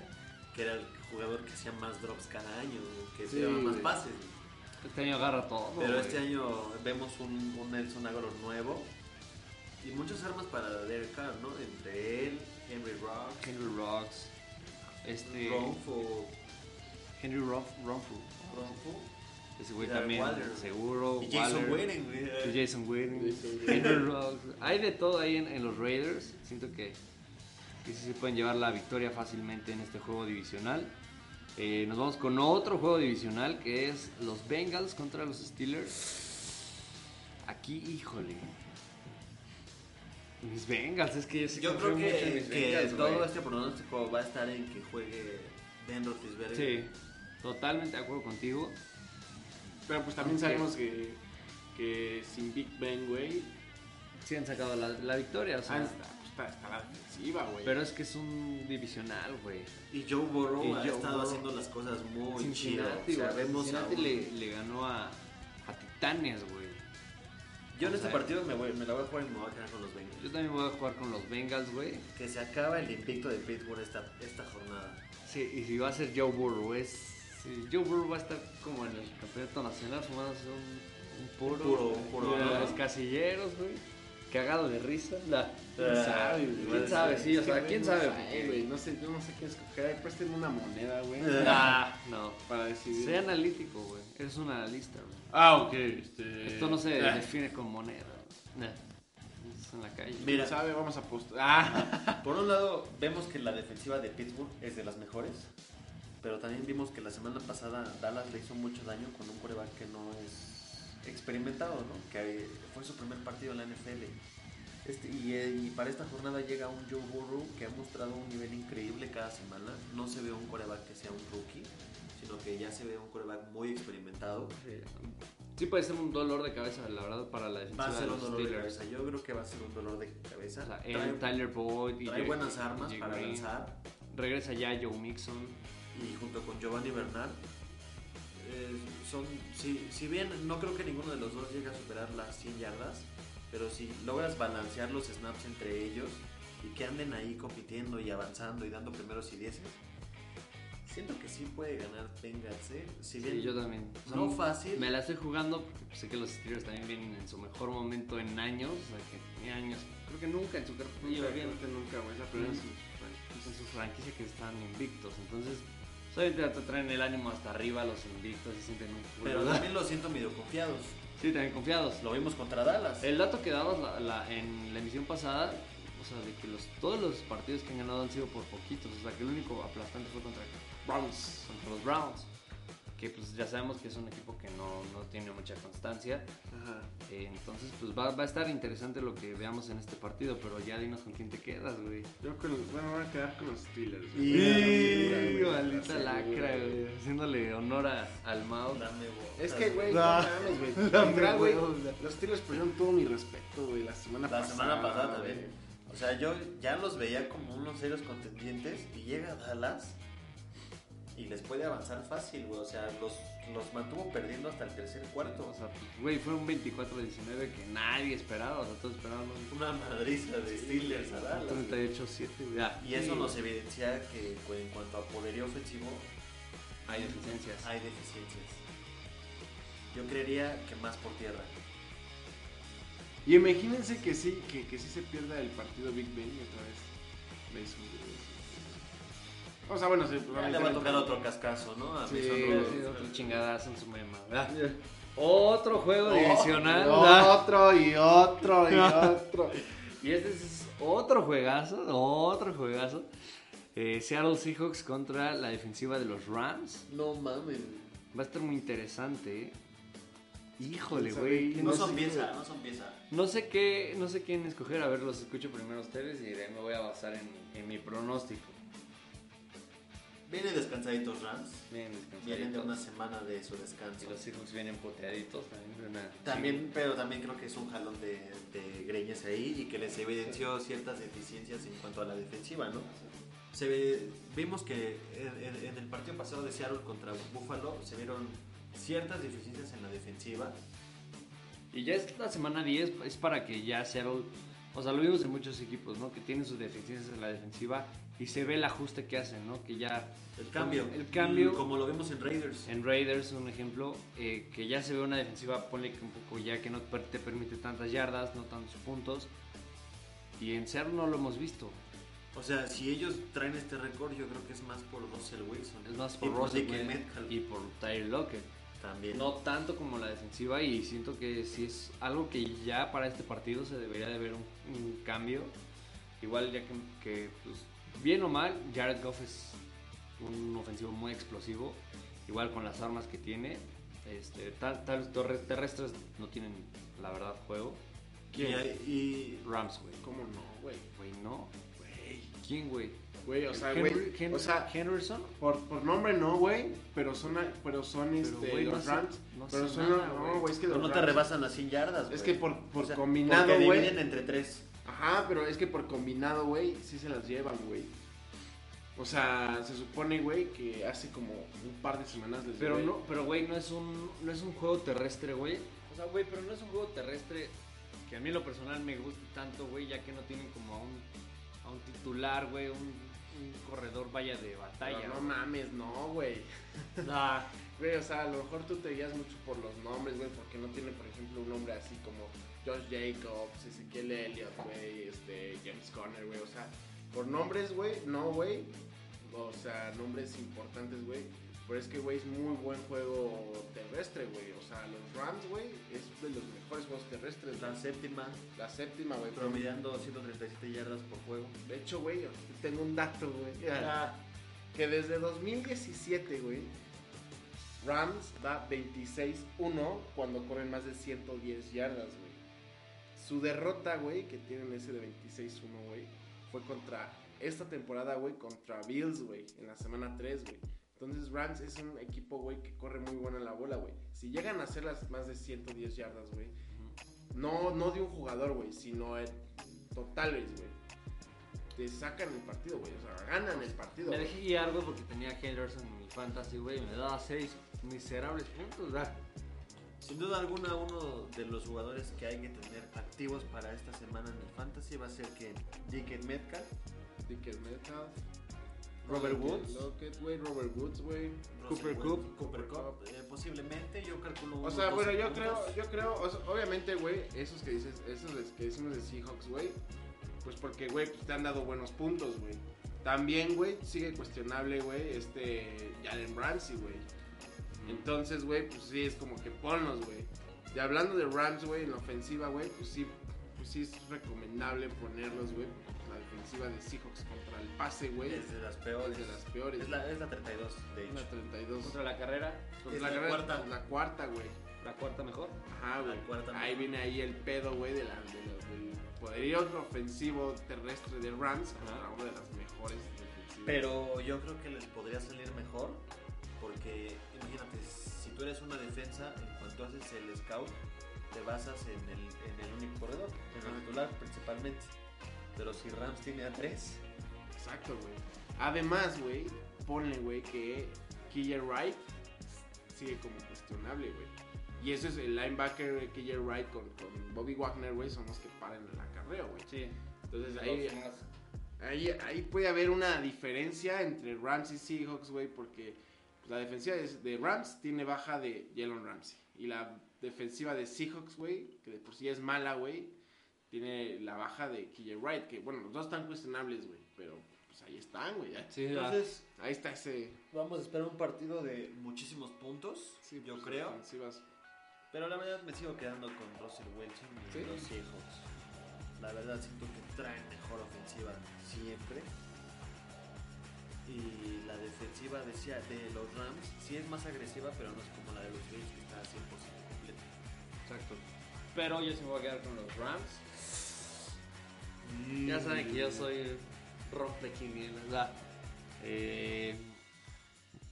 S1: que era el jugador que hacía más drops cada año, que
S3: Sí,
S1: se daba más
S3: güey.
S1: pases.
S2: Este año agarra todo.
S1: Pero
S2: güey.
S1: este año vemos un, un Nelson Aguilar nuevo y muchas armas para Derek Carr, ¿no? Entre él, Henry Rock,
S2: Henry Rocks. Este.
S1: Ronfo,
S2: Henry Ronf- Ronfu.
S1: Ronfo
S2: Ese güey
S1: Darren
S2: también,
S1: Waller.
S2: seguro.
S1: y Jason
S2: Oh, Waller.
S1: Witten, güey.
S2: Y Pues Jason Witten,
S3: Jason Witten.
S2: Henry Ruggs. Hay de todo ahí en, en los Raiders. Siento que que sí se pueden llevar la victoria fácilmente en este juego divisional. Eh, nos vamos con otro juego divisional que es los Bengals contra los Steelers. Aquí, híjole. Mis Bengals, es que yo sí
S1: Yo
S2: confío
S1: creo
S2: mucho en
S1: que,
S2: mis
S1: que
S2: Bengals,
S1: todo
S2: güey.
S1: este pronóstico va a estar en que juegue Ben Roethlisberger.
S2: Sí, totalmente de acuerdo contigo.
S3: Pero pues también
S2: Ok.
S3: sabemos que, que sin Big Ben, güey,
S2: Sí han sacado la, la victoria, o sea,
S3: ah, está, pues, está, está la defensiva,
S1: Ah.
S3: güey.
S2: pero es que es un divisional, güey.
S1: Y Joe Burrow
S2: Y
S1: ha
S2: Joe
S1: estado
S2: Burrow.
S1: haciendo las cosas muy chidas.
S2: Cincinnati,
S1: O sea,
S2: güey,
S1: vemos a
S2: Cincinnati
S1: un-
S2: le, le ganó a, a Titanes, güey.
S1: Yo en este
S2: o sea,
S1: partido me, voy- me la voy a jugar y me voy a quedar con los
S2: Yo
S1: Bengals.
S2: también voy a jugar con los Bengals, güey.
S1: Que se acaba el invicto de Pittsburgh esta, esta jornada.
S2: Sí, y si va a ser Joe Burrow, es. sí, Joe Burrow va a estar como en el campeonato nacional fumándose un, un puro.
S1: puro- un puro,
S2: de
S1: ¿no?
S2: los casilleros, güey. Cagado de risa. la-
S3: Eh, ¿Quién sabe,
S1: ¿Quién
S3: güey?
S2: sabe? Sí, o
S3: Es que,
S2: sea,
S3: güey,
S2: ¿quién
S3: no
S2: sabe?
S3: sé, güey, no sé, yo no sé qué escoger. Ay, Préstenme una moneda, güey.
S1: Eh.
S2: Ah, no.
S3: Para decidir.
S2: Sé analítico, güey. Eres un analista, güey.
S3: Ah, ok. Este...
S2: Esto no se
S1: Eh,
S3: Ah,
S2: define con moneda. güey. Nah. Es en la calle.
S1: Mira.
S3: ¿Quién sabe? Vamos a apostar. Ah.
S1: Por un lado, vemos que la defensiva de Pittsburgh es de las mejores, pero también vimos que la semana pasada Dallas le hizo mucho daño con un coreback que no es experimentado, ¿no? Que fue su primer partido en la NFL. Este, y, eh, y para esta jornada llega un Joe Burrow que ha mostrado un nivel increíble cada semana. No se ve un coreback que sea un rookie, sino que ya se ve un coreback muy experimentado.
S2: Sí puede ser un dolor de cabeza, la verdad, para la defensiva
S1: Va a ser
S2: de
S1: un
S2: los
S1: dolor de
S2: Steelers.
S1: cabeza. Yo creo que va a ser un dolor de cabeza.
S2: O sea, él,
S1: trae,
S2: Tyler Boyd y
S1: trae
S2: Jay-
S1: buenas armas
S2: Jay
S1: para
S2: Green.
S1: lanzar.
S2: Regresa ya Joe Mixon.
S1: y junto con Giovanni Bernard. eh, son, si, si bien no creo que ninguno de los dos llegue a superar las 100 yardas, pero si logras balancear los snaps entre ellos y que anden ahí compitiendo y avanzando y dando primeros y dieces, siento que sí puede ganar Bengals, ¿eh? Si bien
S2: Sí, yo también. O sea,
S1: no fácil,
S2: Me la estoy jugando porque sé que los Steelers también vienen en su mejor momento en años. O sea, que en años. Creo que nunca en su carrera lleva bien
S3: Nunca, nunca, güey. La primera
S2: en
S3: vez.
S2: su, en su franquicia que están invictos. Entonces, solamente te traen el ánimo hasta arriba los invictos y sienten un culo.
S1: pero también lo siento medio confiados.
S2: Sí, también confiados.
S1: Lo vimos contra Dallas.
S2: El dato que dabas la- la- en la emisión pasada, o sea, de que los, todos los partidos que han ganado han sido por poquitos, o sea, que el único aplastante fue contra,
S3: Vamos.
S2: contra los Browns, que pues ya sabemos que es un equipo que no, no tiene mucha constancia,
S3: Ajá.
S2: Eh, entonces pues va, va a estar interesante lo que veamos en este partido, pero ya dinos con quién te quedas, güey.
S3: Yo con los, bueno, me voy a quedar con los Steelers.
S1: Y-
S3: Voy a quedar
S1: Sí,
S3: segura, güey,
S2: maldita
S3: segura,
S2: lacra, güey, haciéndole honor a- al Mao.
S1: Dame botas,
S3: Es que, güey, no
S4: Ah.
S3: mames, güey.
S4: Dame
S3: Literal, güey,
S4: huevos, la-
S3: Los Steelers perdieron todo mi respeto, güey, la semana
S1: La
S3: pasada.
S1: semana pasada también.
S3: güey.
S1: O sea, yo ya los veía como unos serios contendientes y llega Dallas y les puede avanzar fácil, güey. O sea, los, los mantuvo perdiendo hasta el tercer cuarto.
S2: O sea, pues, güey, fue un 24-19 que nadie esperaba, o sea, todos esperábamos un
S1: Una madriza de Steelers a Dallas. güey.
S2: 38-7, güey. Ah,
S1: Y eso
S2: sí.
S1: nos evidencia que cu- en cuanto a poderío ofensivo
S2: Hay deficiencias.
S1: hay deficiencias. Yo creería que más por tierra.
S3: Y imagínense que sí, que, que sí se pierda el partido Big Ben y otra vez. Besos, besos. O sea, bueno, sí,
S1: Ya le va a tocar otro cascazo, ¿no? A
S2: Sí,
S1: Mason
S2: ha
S1: Rudolph.
S2: sido otro chingadazo en su mema. ¿verdad? Otro juego divisional. ¿verdad?
S3: Otro y otro y otro.
S2: Y este es otro juegazo, otro juegazo. Eh, Seattle Seahawks contra la defensiva de los Rams.
S1: No mames.
S2: Va a estar muy interesante. ¿eh? Híjole,
S3: ¿Quién sabe?
S2: güey.
S1: No
S2: No,
S3: sé-
S1: son pieza, no son pieza.
S2: no sé qué, no sé quién escoger. A ver, los escucho primero a ustedes y de ahí me voy a basar en, en mi pronóstico.
S1: Vienen descansaditos Rams.
S2: Bien, descansaditos.
S1: Vienen de una semana de su descanso.
S2: Y los Seahawks vienen poteaditos también. de una-
S1: También, pero también creo que es un jalón de, de greñas ahí y que les evidenció ciertas deficiencias en cuanto a la defensiva, ¿no? Se ve- vimos que en, en- en el partido pasado de Seattle contra Buffalo se vieron ciertas deficiencias en la defensiva.
S2: Y ya es la semana 10, es para que ya Seattle, o sea, lo vimos en muchos equipos, ¿no? Que tienen sus deficiencias en la defensiva y se ve el ajuste que hacen, ¿no? Que ya
S1: El cambio.
S2: El cambio.
S1: Como lo vimos en Raiders.
S2: en Raiders, un ejemplo, eh, que ya se ve una defensiva, ponle que un poco ya que no per- te permite tantas yardas, no tantos puntos. Y en Seattle no lo hemos visto.
S1: O sea, si ellos traen este récord, yo creo que es más por Russell Wilson.
S2: Es más
S1: Y
S2: por Russell
S1: Dickie
S2: Wilson
S1: Metcalf
S2: y por Tyler Lockett.
S1: también.
S2: No tanto como la defensiva y siento que sí es algo que ya para este partido se debería de ver un, un cambio. Igual ya que, que, pues, bien o mal, Jared Goff es un ofensivo muy explosivo, igual con las armas que tiene. Este, tal, tal- torre- terrestres no tienen, la verdad, juego.
S1: Y, y-
S2: Rams, güey.
S3: ¿Cómo no, güey?
S2: Güey, no.
S3: Güey.
S2: ¿Quién, güey?
S3: Güey, o sea,
S2: Henry-
S3: güey.
S2: Hen-
S3: O sea,
S2: Henderson.
S3: Por, por nombre no, güey, pero son, pero son este,
S2: güey, no
S3: los
S2: sé-
S3: Rams.
S2: no
S3: pero
S2: sé
S3: son los-
S2: nada,
S3: no,
S2: güey.
S3: güey, es que
S1: pero
S3: los
S1: no te
S3: Rams-
S1: rebasan las 100 yardas.
S3: Es
S1: güey.
S3: que por- por
S1: O sea,
S3: combinado,
S1: Porque
S3: güey.
S1: dividen entre tres.
S3: Ajá, pero es que por combinado, güey, sí se las llevan, güey. O sea, se supone, güey, que hace como un par de semanas les
S2: Pero
S3: llevé-
S2: no, pero güey, no es un no es un juego terrestre, güey. O sea, güey, pero no es un juego terrestre que a mí en lo personal me guste tanto, güey, ya que no tienen como a un a un titular, güey, un, un corredor vaya de
S3: Pero
S2: batalla.
S3: no
S2: güey.
S3: mames, no, güey.
S2: Ah,
S3: Güey, o sea, a lo mejor tú te guías mucho por los nombres, güey, porque no tiene, por ejemplo, un nombre así como Josh Jacobs, Ezequiel Elliott, güey, este, James Conner, güey, o sea, por nombres, güey, no, güey, o sea, nombres importantes, güey, pero es que, güey, es muy buen juego terrestre, güey, o sea, los Rams, güey, es de los mejores juegos terrestres,
S1: Pues La
S3: la,
S1: séptima,
S3: la séptima, güey,
S1: promediando 137 yardas por juego.
S3: de hecho, güey, yo tengo un dato, güey. Que desde 2017, güey, Rams va 26-1 cuando corren más de 110 yardas, güey. Su derrota, güey, que tienen ese de 26-1, güey, fue contra esta temporada, güey, contra Bills, güey, en la semana 3, güey. Entonces Rams es un equipo, güey, que corre muy buena la bola, güey. Si llegan a hacer las más de 110 yardas, güey, no, no de un jugador, güey, sino eh, totales, güey. Te sacan el partido, güey. O sea, ganan el partido.
S2: me
S3: güey.
S2: dejé guiar, güey, porque tenía a Henderson en mi fantasy, güey, y me daba seis miserables puntos, güey.
S1: Sin duda alguna, uno de los jugadores que hay que tener activos para esta semana en el Fantasy va a ser que J.K. Metcalf,
S3: Dicker Metcalf.
S1: Robert
S3: Lockett,
S1: Woods.
S3: Lockett, güey. Robert Woods, güey.
S1: Russell
S2: Cooper Cup.
S1: Wentz, Cooper Cup, eh, posiblemente, yo calculo
S3: O
S1: unos
S3: sea, bueno,
S1: 12
S3: yo creo,
S1: puntos.
S3: yo creo, o sea, obviamente, güey, esos que dices, esos de- que decimos de Seahawks, güey, pues porque, güey, pues te han dado buenos puntos, güey. También, güey, sigue cuestionable, güey, este Jalen Ramsey, güey. Entonces, güey, pues sí, es como que ponlos, güey. Y hablando de Rams, güey, en la ofensiva, güey, pues sí, pues sí es recomendable ponerlos, güey. porque La defensiva de Seahawks contra el pase, güey,
S1: Es
S3: es
S1: de las peores.
S3: de las peores.
S1: Es la, es la 32, de
S3: Una
S1: hecho.
S3: 32.
S2: Contra la carrera,
S3: Pues
S1: Es la
S3: carrera-
S1: cuarta.
S3: La cuarta, güey.
S2: la cuarta mejor.
S3: Ajá, güey.
S1: La cuarta
S3: Ahí
S1: mejor.
S3: viene ahí el pedo, güey, de la- de la- del poderío ofensivo terrestre de Rams contra
S2: Ajá.
S3: una de las mejores defensivas.
S1: Pero yo creo que les podría salir mejor. Porque imagínate, si tú eres una defensa, en cuanto haces el scout, te basas en el, en el único corredor, en el titular principalmente. Pero si Rams tiene a tres,
S3: Exacto, güey. Además, güey, ponle, güey, que Killer Wright sigue como cuestionable, güey. Y eso es el linebacker Killer Wright con, con Bobby Wagner, güey, son los que paran el acarreo, güey.
S2: Sí.
S3: Entonces ahí, Ahí, ahí puede haber una diferencia entre Rams y Seahawks, güey, porque pues, la defensiva de- de Rams tiene baja de Jalen Ramsey. Y la defensiva de Seahawks, güey, que de por sí es mala, güey, tiene la baja de KJ Wright, que bueno, los dos están cuestionables, güey, pero pues ahí están, güey. ahí-
S2: Sí, la-
S1: entonces
S3: Ahí está ese...
S1: vamos a esperar un partido de muchísimos puntos, yo
S3: pues,
S1: creo.
S3: ofensivas.
S1: Pero la verdad me sigo quedando con Russell Wilson y
S3: ¿Sí?
S1: los Seahawks. La verdad siento que traen mejor ofensiva siempre. Y la defensiva de, Sea- de los Rams sí es más agresiva, pero no es como la de los Bills que está 100% completa.
S2: Exacto. Pero yo sí me voy a quedar con los Rams. Ya
S3: Mm,
S2: saben que yo soy rompequinielas. ¿verdad? Eh,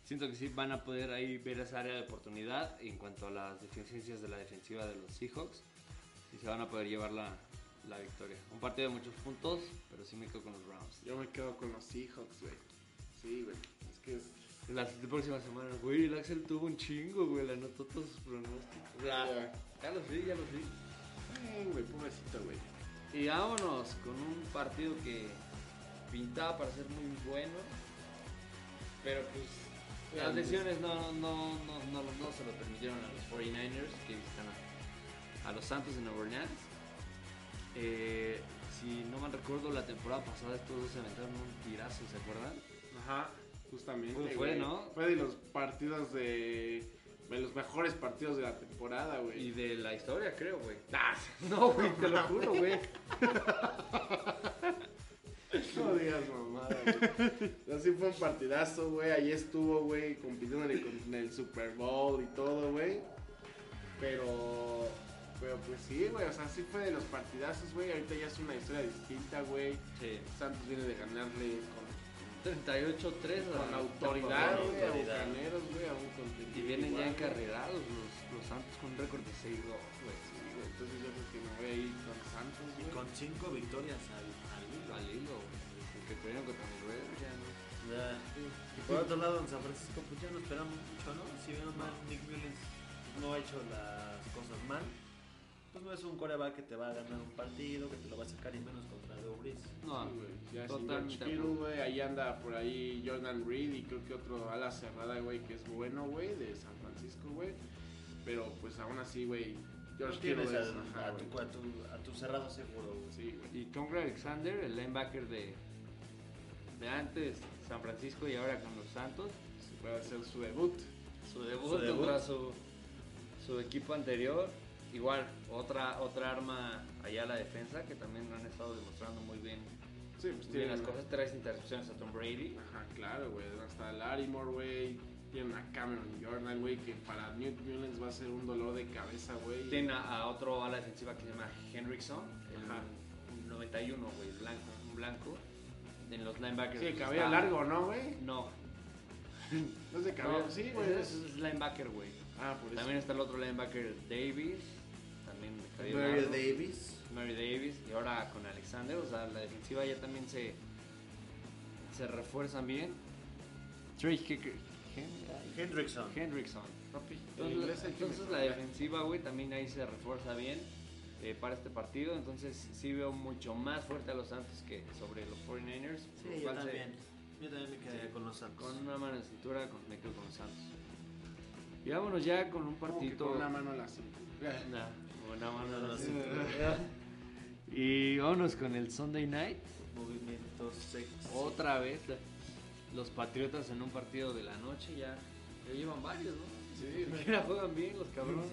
S2: siento que sí van a poder ahí ver esa área de oportunidad en cuanto a las deficiencias de la defensiva de los Seahawks y se van a poder llevar la, la victoria. Un partido de muchos puntos, pero sí me quedo con los Rams.
S3: Yo me quedo con los Seahawks, güey. Sí, güey. Es que es...
S2: Las próximas semanas, güey, el Axel tuvo un chingo, güey, le anotó todos sus pronósticos.
S3: Ya.
S2: Ya los vi, ya los vi.
S3: Ay, güey, pobrecito, güey.
S2: Y vámonos con un partido que pintaba para ser muy bueno, pero pues las lesiones no, no, no, no, no se lo permitieron a los 49ers que visitan a, a los Santos de Nueva Orleans. Eh, si no mal recuerdo, la temporada pasada estos dos se aventaron un tirazo, ¿se acuerdan?
S3: Ajá, justamente.
S2: Fue- Pues fue,
S3: güey.
S2: ¿no?
S3: Fue de los partidos de. De los mejores partidos de la temporada,
S2: Y
S3: güey.
S2: de la historia, creo, güey.
S3: Ah,
S2: No, güey, te lo juro, güey.
S3: No digas mamada, güey. Así fue un partidazo, güey. Ahí estuvo, güey, compitiendo en el, en el Super Bowl y todo, güey. Pero, pero pues sí, güey. O sea, sí fue de los partidazos, güey. Ahorita ya es una historia distinta, güey.
S2: Sí.
S3: Santos viene de ganarle con,
S2: 38-3 a
S3: con
S2: la
S3: autoridad,
S2: Ah, con
S3: güey, a
S2: autoridad.
S3: Bucaneros, güey, a un contenido.
S2: Y vienen ya
S3: igual, güey.
S2: encarrerados los, los Santos con un récord de 6-2, güey.
S3: Sí, güey, Entonces yo creo que me voy a ir con Santos,
S1: Y
S3: güey.
S1: con cinco victorias al, al
S2: Al
S1: hilo.
S2: hilo, güey. Que tuvieron contra mi güey, ya no.
S1: Ya. Ah, Y por otro lado, en San Francisco, pues ya no esperamos mucho, ¿no? Si bien o mal, Nick Mullins no ha hecho las cosas mal, pues no es un coreback que te va a ganar un partido, que te lo va a sacar y menos contra Drew Brees.
S2: No,
S3: Sí, güey, ya sin
S2: totalmente.
S3: George Kittle, güey, ahí anda por ahí Jordan Reed y creo que otro ala cerrada, güey, que es bueno, güey, de San Francisco, güey. Pero pues aún así, güey, George
S1: No
S3: Kittle
S1: Pues tienes
S3: es...
S1: a,
S3: ajá,
S1: a, tu,
S3: güey.
S1: a, tu, a tu cerrado seguro, güey.
S3: Sí, güey.
S2: Y Conor Alexander, el linebacker de, de antes San Francisco y ahora con los Santos,
S3: Se puede hacer su debut.
S2: su debut,
S1: Su debut.
S2: contra su, su equipo anterior. Igual, otra, otra arma allá a la defensa que también han estado demostrando muy bien,
S3: Sí, pues
S2: muy
S3: tiene
S2: bien las cosas. Tres intercepciones a Tom Brady.
S3: Ajá, claro, güey. Hasta Larimore, güey. Tienen a Cameron Jordan, güey, que para Newt Mullens va a ser un dolor de cabeza, güey.
S2: Tienen a, a otro ala defensiva que se llama Henrikson,
S3: Ajá.
S2: el 91, güey, blanco, un blanco. En los linebackers.
S3: Sí, el
S2: pues,
S3: cabello
S2: está-
S3: largo, ¿no, güey?
S2: No.
S3: No es de cabello.
S2: No,
S3: sí, güey.
S2: Es, es linebacker, güey.
S3: Ah, por eso.
S2: También está el otro linebacker Davis. También de cabello
S1: Mario
S2: largo.
S1: Davis.
S2: Mary Davis y ahora con Alexander, o sea, la defensiva ya también se se refuerzan bien. Trey Kicker, Hen-
S1: Hendrickson.
S2: Hendrickson.
S3: Papi, el inglés
S2: Entonces,
S3: hay que
S2: entonces la
S3: mejorar.
S2: defensiva, güey, también ahí se refuerza bien eh, para este partido. Entonces sí veo mucho más fuerte a los Santos que sobre los 49ers.
S1: Sí, yo
S2: Igual se-
S1: también. Yo también me quedaría con los Santos.
S2: Con una mano en cintura, con, me quedo con los Santos. Y vámonos ya con un
S3: Como que
S2: partido.
S3: con una mano a la cintura.
S2: Nah, con una mano en la
S1: No, sí.
S2: cintura. Y vámonos con el Sunday Night.
S1: Movimientos sexy.
S2: Otra vez la- los Patriotas en un partido de la noche ya, ya llevan varios, ¿no?
S3: Sí, güey.
S2: Siquiera juegan bien los cabrones.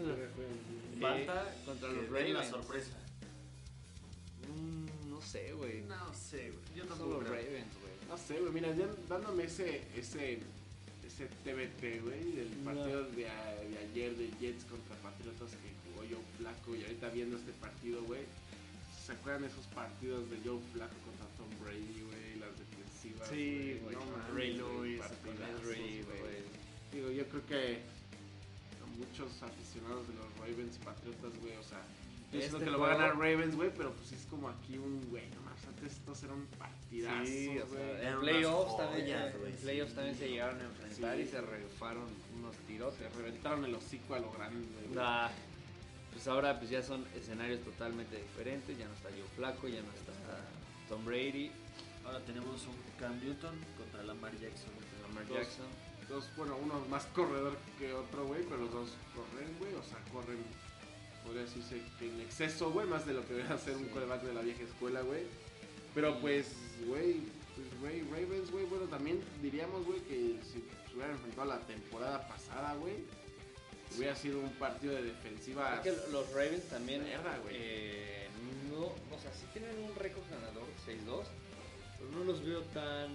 S1: Falta
S2: Eh, contra
S1: que
S2: los
S1: den la
S2: Ravens.
S1: sorpresa.
S2: Mm, no sé, güey.
S1: No sé, güey. Yo
S2: Son
S1: tampoco
S2: los
S1: creo.
S2: Ravens, güey.
S3: No sé, güey, mira, ya dándome ese, ese, ese TBT, güey, del
S2: No.
S3: partido de, a- de ayer de Jets contra Patriotas que jugó Joe Flaco y ahorita viendo este partido, güey, ¿se acuerdan de esos partidos de Joe Flaco contra Tom Brady, güey? Las defensivas, No
S2: con
S3: mames,
S2: Ray
S3: güey,
S2: Lewis, con
S3: partidazos,
S2: Ed Reed,
S3: güey.
S2: güey.
S3: Digo, yo creo que a muchos aficionados de los Ravens y Patriotas, güey, o sea, yo
S2: Este
S3: siento que lo va a
S2: juego-
S3: ganar Ravens, güey, pero pues es como aquí un, güey, no más antes estos eran partidazos,
S2: Sí, o
S3: güey.
S2: sea,
S1: Eran
S2: en
S1: unas
S2: playoffs también,
S1: joyas,
S2: en
S1: güey, sí.
S2: playoffs también se llegaron a enfrentar
S3: Sí.
S2: y se refaron unos tiros.
S3: Se reventaron el hocico a lo grande. güey.
S2: Nah, Pues ahora pues ya son escenarios totalmente diferentes, ya no está Joe Flaco, ya no está Tom Brady,
S1: Ahora tenemos un Cam Newton contra Lamar Jackson.
S2: Lamar
S3: Dos.
S2: Jackson.
S3: Dos, bueno, uno más corredor que otro, güey, pero los dos corren, güey. O sea, corren, podría decirse que en exceso, güey, más de lo que debería hacer un
S2: Sí.
S3: coreback de la vieja escuela, güey. Pero pues, güey, pues, güey, Ravens, güey, bueno, también diríamos, güey, que si se hubieran enfrentado la temporada pasada, güey, hubiera sido un partido de defensiva.
S2: Es que los Ravens también
S3: Verga, güey.
S2: eh, no, o sea, sí tienen un récord ganador 6-2, pero no los veo tan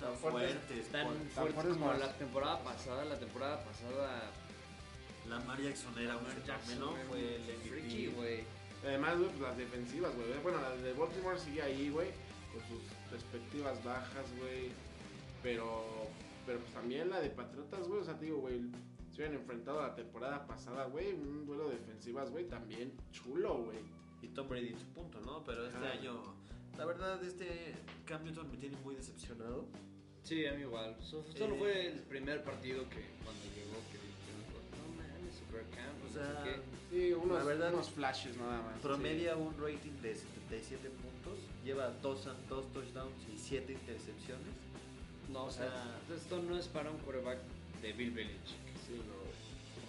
S1: Tan fuertes.
S2: tan
S1: por-
S2: fuertes
S3: fuertes
S2: como
S3: más.
S2: la temporada pasada, la temporada pasada pues,
S1: Lamar Jackson era un
S2: Lamar
S1: fenómeno.
S2: era
S1: Fue el
S2: un freaky,
S1: MVP.
S2: güey.
S3: Además, güey, pues las defensivas, güey. Bueno, la de Baltimore sigue ahí, güey, con sus respectivas bajas, güey. Pero, pero pues también la de Patriotas, güey. O sea, te digo, güey, se habían enfrentado la temporada pasada, güey. Un duelo de defensivas, güey, también chulo, güey.
S1: Y Tom Brady en su punto, ¿no? Pero este
S3: Ah.
S1: año, la verdad, este Cam Newton me tiene muy decepcionado.
S2: Sí, a mí igual. So- solo
S1: Eh.
S2: fue el primer partido que cuando llegó que dijeron, no mames, super camp,
S1: O
S2: no
S1: sea,
S2: sé qué".
S3: Sí, unos,
S1: La verdad-
S3: unos flashes nada más.
S1: Promedia un rating de 77 puntos. Lleva dos, dos touchdowns y 7 intercepciones.
S2: No, o sea,
S1: sea,
S2: esto no es para un quarterback de Bill Belichick.
S3: Sí, no.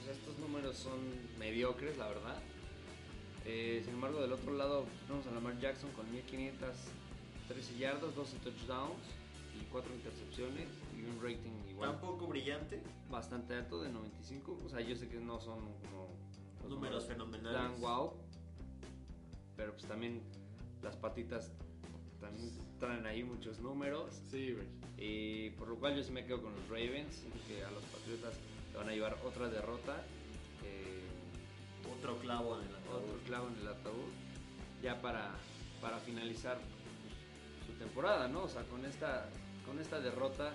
S2: O sea, estos números son mediocres, la verdad. Eh, sin embargo, del otro lado, pues, tenemos a Lamar Jackson con 1513 yardas, 12 touchdowns y 4 intercepciones y un rating igual
S1: Tampoco brillante.
S2: bastante alto de 95. O sea, yo sé que no son como los
S1: Números fenomenales.
S2: tan wow, pero pues también las patitas también traen ahí muchos números.
S3: Sí, güey.
S2: Y por lo cual yo sí me quedo con los Ravens, que a los Patriotas le van a llevar otra derrota, eh,
S1: Otro clavo en el ataúd.
S2: otro clavo en el ataúd, ya para, para finalizar pues, su temporada, ¿no? O sea, con esta, con esta derrota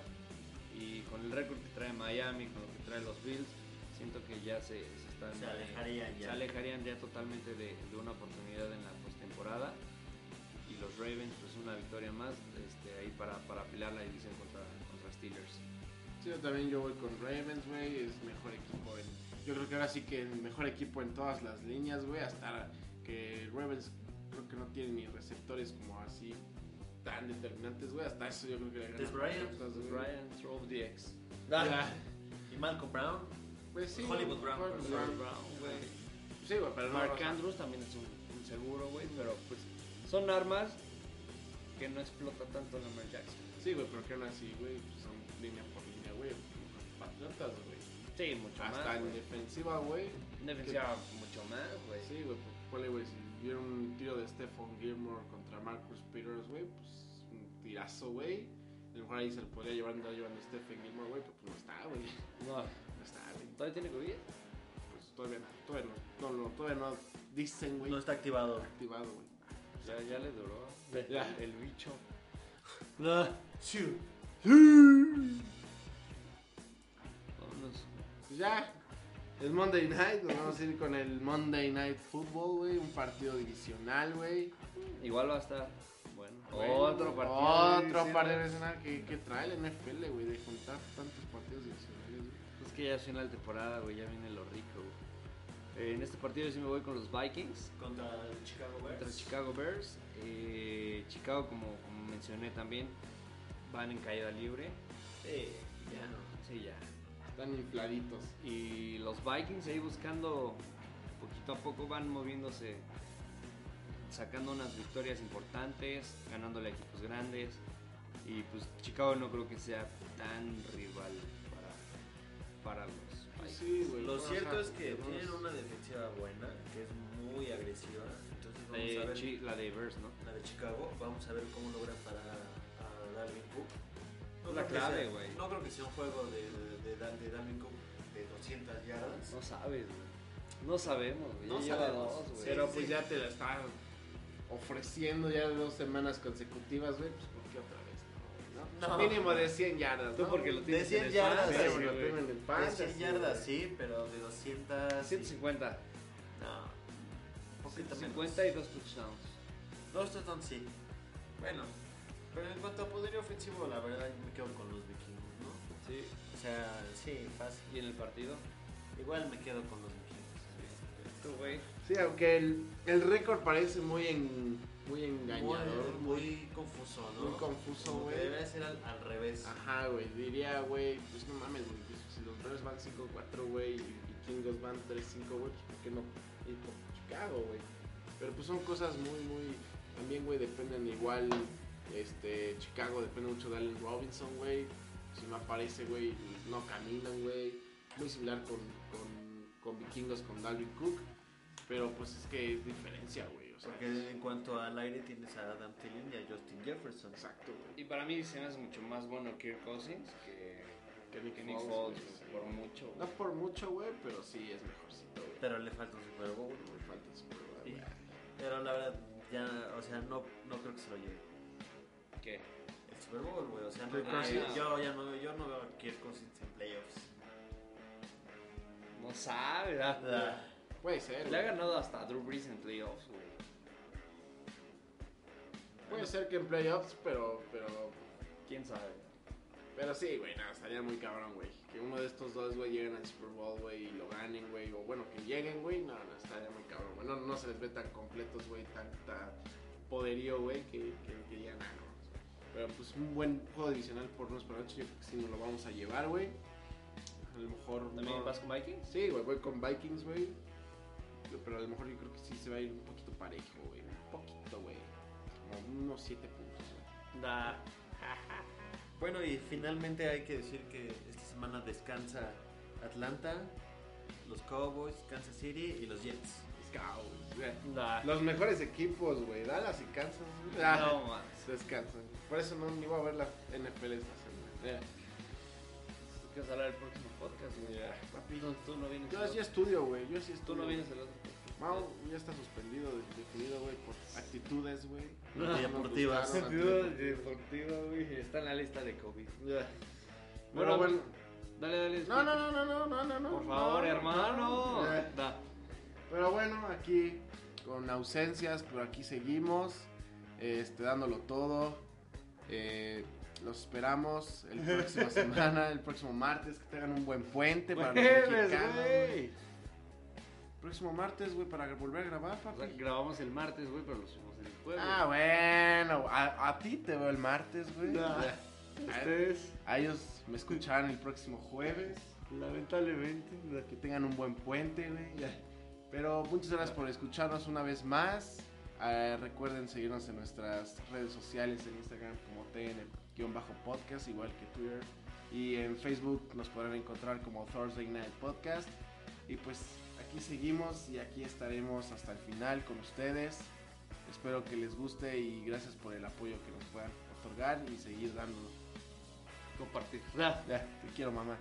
S2: y con el récord que trae Miami, con lo que trae los Bills, siento que ya se, se están...
S1: Se alejarían
S2: eh,
S1: ya.
S2: Se alejarían ya totalmente de, de una oportunidad en la postemporada. Y los Ravens, pues una victoria más este, ahí para, para apilar la división contra, contra Steelers.
S3: Sí, yo también yo voy con Ravens, güey. Es mejor equipo. En, yo creo que ahora sí que el mejor equipo en todas las líneas, güey. Hasta que Ravens creo que no tiene ni receptores como así tan determinantes, güey. Hasta eso yo creo que le ganan.
S1: Des Bryant,
S3: Patriotas, güey.
S2: Ryan drove the X.
S3: Ah,
S1: Y Malcolm Brown.
S3: Pues sí,
S1: Hollywood Brown,
S3: Hollywood
S1: por
S3: Brown.
S2: Ah.
S3: Sí, güey, pero no. o
S2: Mark
S3: sea,
S2: Andrews también es un, un seguro, güey, pero pues son armas que no explota tanto Lamar Jackson.
S3: Sí, güey, pero que aún así, güey, pues, son línea por línea, güey. Patriotas, güey.
S2: Sí, mucho
S3: Hasta
S2: más.
S3: en
S2: güey.
S3: defensiva, güey.
S2: En defensiva, mucho más, güey.
S3: Sí, güey, pues, ponle, güey, si vieron un tiro de Stephon Gilmore contra Marcus Peters, güey, pues un tirazo, güey. A lo mejor ahí se lo podría llevar, andar llevando Stephen Gilmore, güey, pero pues no está, güey.
S2: No,
S3: No está, güey.
S2: ¿todavía tiene COVID?
S3: Pues todavía no, todavía no, no, no, todavía no dicen, güey,
S1: No está activado.
S3: activado, güey.
S2: Ya, ya le duró.
S3: Ya.
S2: El bicho.
S1: Shoo.
S2: Vámonos.
S3: Pues ya, es Monday Night, nos vamos a ir con el Monday Night Football, güey, un partido divisional, güey.
S2: Igual va a estar. Bueno,
S3: Bueno,
S2: otro partido.
S3: Otro
S2: Sí,
S3: partido
S2: güey.
S3: divisional que, que trae el NFL, güey, de juntar tantos partidos divisionales, güey.
S2: Es que ya es final de temporada, güey, ya viene lo rico, güey. Eh, en este partido yo sí me voy con los Vikings.
S1: Contra el Chicago Bears.
S2: contra Chicago Bears. Eh, Chicago, como, como mencioné también, van en caída libre.
S1: Sí, Eh, ya no.
S2: Sí, ya.
S3: Están infladitos.
S2: Y los Vikings ahí buscando, poquito a poco van moviéndose, sacando unas victorias importantes, ganándole a equipos grandes. Y pues Chicago no creo que sea tan rival para, para los Vikings.
S3: Sí, güey.
S1: Lo
S3: bueno,
S1: cierto
S3: o sea,
S1: es que
S3: vamos-
S1: tienen una defensiva buena, que es muy agresiva. Entonces vamos
S2: Eh,
S1: a ver
S2: chi- la de Bears, ¿no?
S1: la de Chicago, vamos a ver cómo logran parar a, a Dalvin Cook.
S2: La
S1: creo que
S2: clave,
S1: sea-
S2: güey.
S1: No creo que sea un juego de, de, de Dal- de Dalvin Cook de 200 yardas.
S2: No sabes, güey. No sabemos, güey.
S1: No
S2: Ya lleva
S1: sabemos.
S2: dos, güey.
S1: Sí,
S3: Pero
S1: sí,
S3: pues
S1: sí.
S3: ya te la están ofreciendo ya dos semanas consecutivas, güey. Pues ¿por qué otra vez? No,
S1: No.
S3: güey, ¿no? Mínimo de 100 yardas,
S2: Tú
S3: ¿no?
S2: porque lo
S3: Sí,
S2: tienes
S1: De 100
S2: en el
S1: yardas,
S2: fantasy,
S1: sí,
S3: porque lo
S2: güey.
S3: tengo en el
S1: De
S3: fantasy,
S1: 100 yardas,
S3: güey.
S1: sí, pero de 200.
S2: 150.
S1: No, un poquito menos.
S2: 150 y dos touchdowns.
S1: Dos touchdowns, sí. Bueno, pero en cuanto a poder ofensivo, la verdad, yo me quedo con los vikingos, ¿no?
S2: Sí.
S1: O sea, sí, fácil.
S2: ¿Y en el partido?
S1: Igual me quedo con los vikingos.
S2: Tú, Este güey.
S3: Sí, aunque el, el récord parece muy, en, muy engañador.
S1: Muy, muy confuso, ¿no?
S3: Muy confuso,
S1: Como que
S3: güey.
S1: Debería ser al, al revés.
S3: Ajá, güey. Diría, güey, pues no mames, güey. pues, si los Bears van 5-4, güey, y Vikingos van 3-5, güey, pues, ¿por qué no ir por Chicago, güey? Pero pues son cosas muy, muy... También, güey, dependen igual... Este, Chicago depende mucho de Allen Robinson, güey. Si no aparece, güey, no caminan, güey. Muy similar con, con, con Vikingos, con Dalvin Cook. Pero pues es que es diferencia, güey. O sea,
S1: Porque en cuanto al aire tienes a Adam Thielen y a Justin Jefferson.
S3: exacto, güey.
S2: Y para mí se me hace mucho más bueno Kirk Cousins que,
S3: Que
S2: que
S3: Nick
S2: Nick
S3: Foles,
S2: Foles,
S3: güey, sí.
S2: por mucho.
S3: No
S2: güey.
S3: por mucho, güey, pero sí es mejorcito, güey.
S1: Pero le falta un Super Bowl.
S3: Me falta el Super Bowl,
S2: Sí.
S3: güey.
S1: Pero la verdad, ya, o sea, no, no creo que se lo lleve.
S2: ¿Qué?
S1: El Super Bowl, güey. O sea, no, eh,
S3: Kirk
S2: Cousins.
S1: yo ya no, yo no veo a Kirk Cousins en playoffs.
S2: No sabe, ¿verdad?
S1: Ah,
S3: Puede ser.
S2: Le ha
S3: güey.
S2: ganado hasta a Drew Brees en playoffs, güey.
S3: Puede ser que en playoffs, pero, pero,
S2: ¿Quién sabe?
S3: pero sí, güey, nada, estaría muy cabrón, güey. Que uno de estos dos, güey, lleguen al Super Bowl, güey, y lo ganen, güey. O bueno, que lleguen, güey, no, no, estaría muy cabrón, güey. No, no se les ve tan completos, güey, tan, tan poderío, güey, que, que, que ya nada, no. Pero pues un buen juego divisional por nos para noche, yo creo que sí nos lo vamos a llevar, güey. A lo mejor.
S2: ¿También
S3: no-
S2: vas con Vikings?
S3: Sí, güey, voy con Vikings, güey. Pero a lo mejor yo creo que sí se va a ir un poquito parejo, güey. Un poquito, güey. Como unos 7 puntos, güey.
S2: Da.
S1: Bueno, y finalmente hay que decir que esta semana descansa Atlanta. los Cowboys, Kansas City y los Jets.
S3: Los Cowboys, güey.
S2: Nah.
S3: Los mejores equipos, güey. Dallas y Kansas. güey.
S2: No,
S3: Ah,
S2: man.
S3: Descansan. Por eso no ni voy a ver la NFL esta semana.
S2: Es que vas a hablar el próximo podcast, güey.
S3: Ya.
S2: Papi, no, tú no vienes.
S3: Yo
S2: al
S3: sí
S2: otro.
S3: estudio, güey. Yo sí estudio.
S2: Tú no vienes al
S3: güey.
S2: otro.
S3: Mau ya está suspendido, de- definido, güey, por actitudes, güey.
S1: Y
S3: No nos
S1: deportivas.
S3: gustaron, actitudes.
S2: güey. Está en la lista de COVID.
S3: Ya.
S2: Bueno,
S3: Bueno, bueno.
S2: Dale, dale.
S3: No, no, no, no, no, no, no, no.
S2: Por favor,
S3: no,
S2: hermano.
S3: no. Ya.
S2: Da.
S3: Pero bueno, aquí con ausencias, pero aquí seguimos, este, dándolo todo. Eh, los esperamos el próxima semana, el próximo martes, que tengan un buen puente para los
S2: Jueves,
S3: mexicanos, güey.
S2: güey.
S3: Próximo martes, güey, para volver a grabar,
S2: O sea,
S3: papi.
S2: grabamos el martes, güey, pero lo subimos el jueves.
S3: Ah, bueno, a, a ti te veo el martes, güey.
S2: Nah. Este,
S3: Ya.
S2: Ustedes,
S3: A ellos me escucharán el próximo jueves.
S2: lamentablemente. nah.
S3: Que tengan un buen puente, güey. ya. Pero muchas gracias por escucharnos una vez más. Eh, recuerden seguirnos en nuestras redes sociales, en Instagram como TN-podcast, igual que Twitter. Y en Facebook nos podrán encontrar como Thursday Night Podcast. Y pues aquí seguimos y aquí estaremos hasta el final con ustedes. Espero que les guste y gracias por el apoyo que nos puedan otorgar y seguir dándonos.
S2: Compartir. Nah.
S3: Ya, te quiero mamá.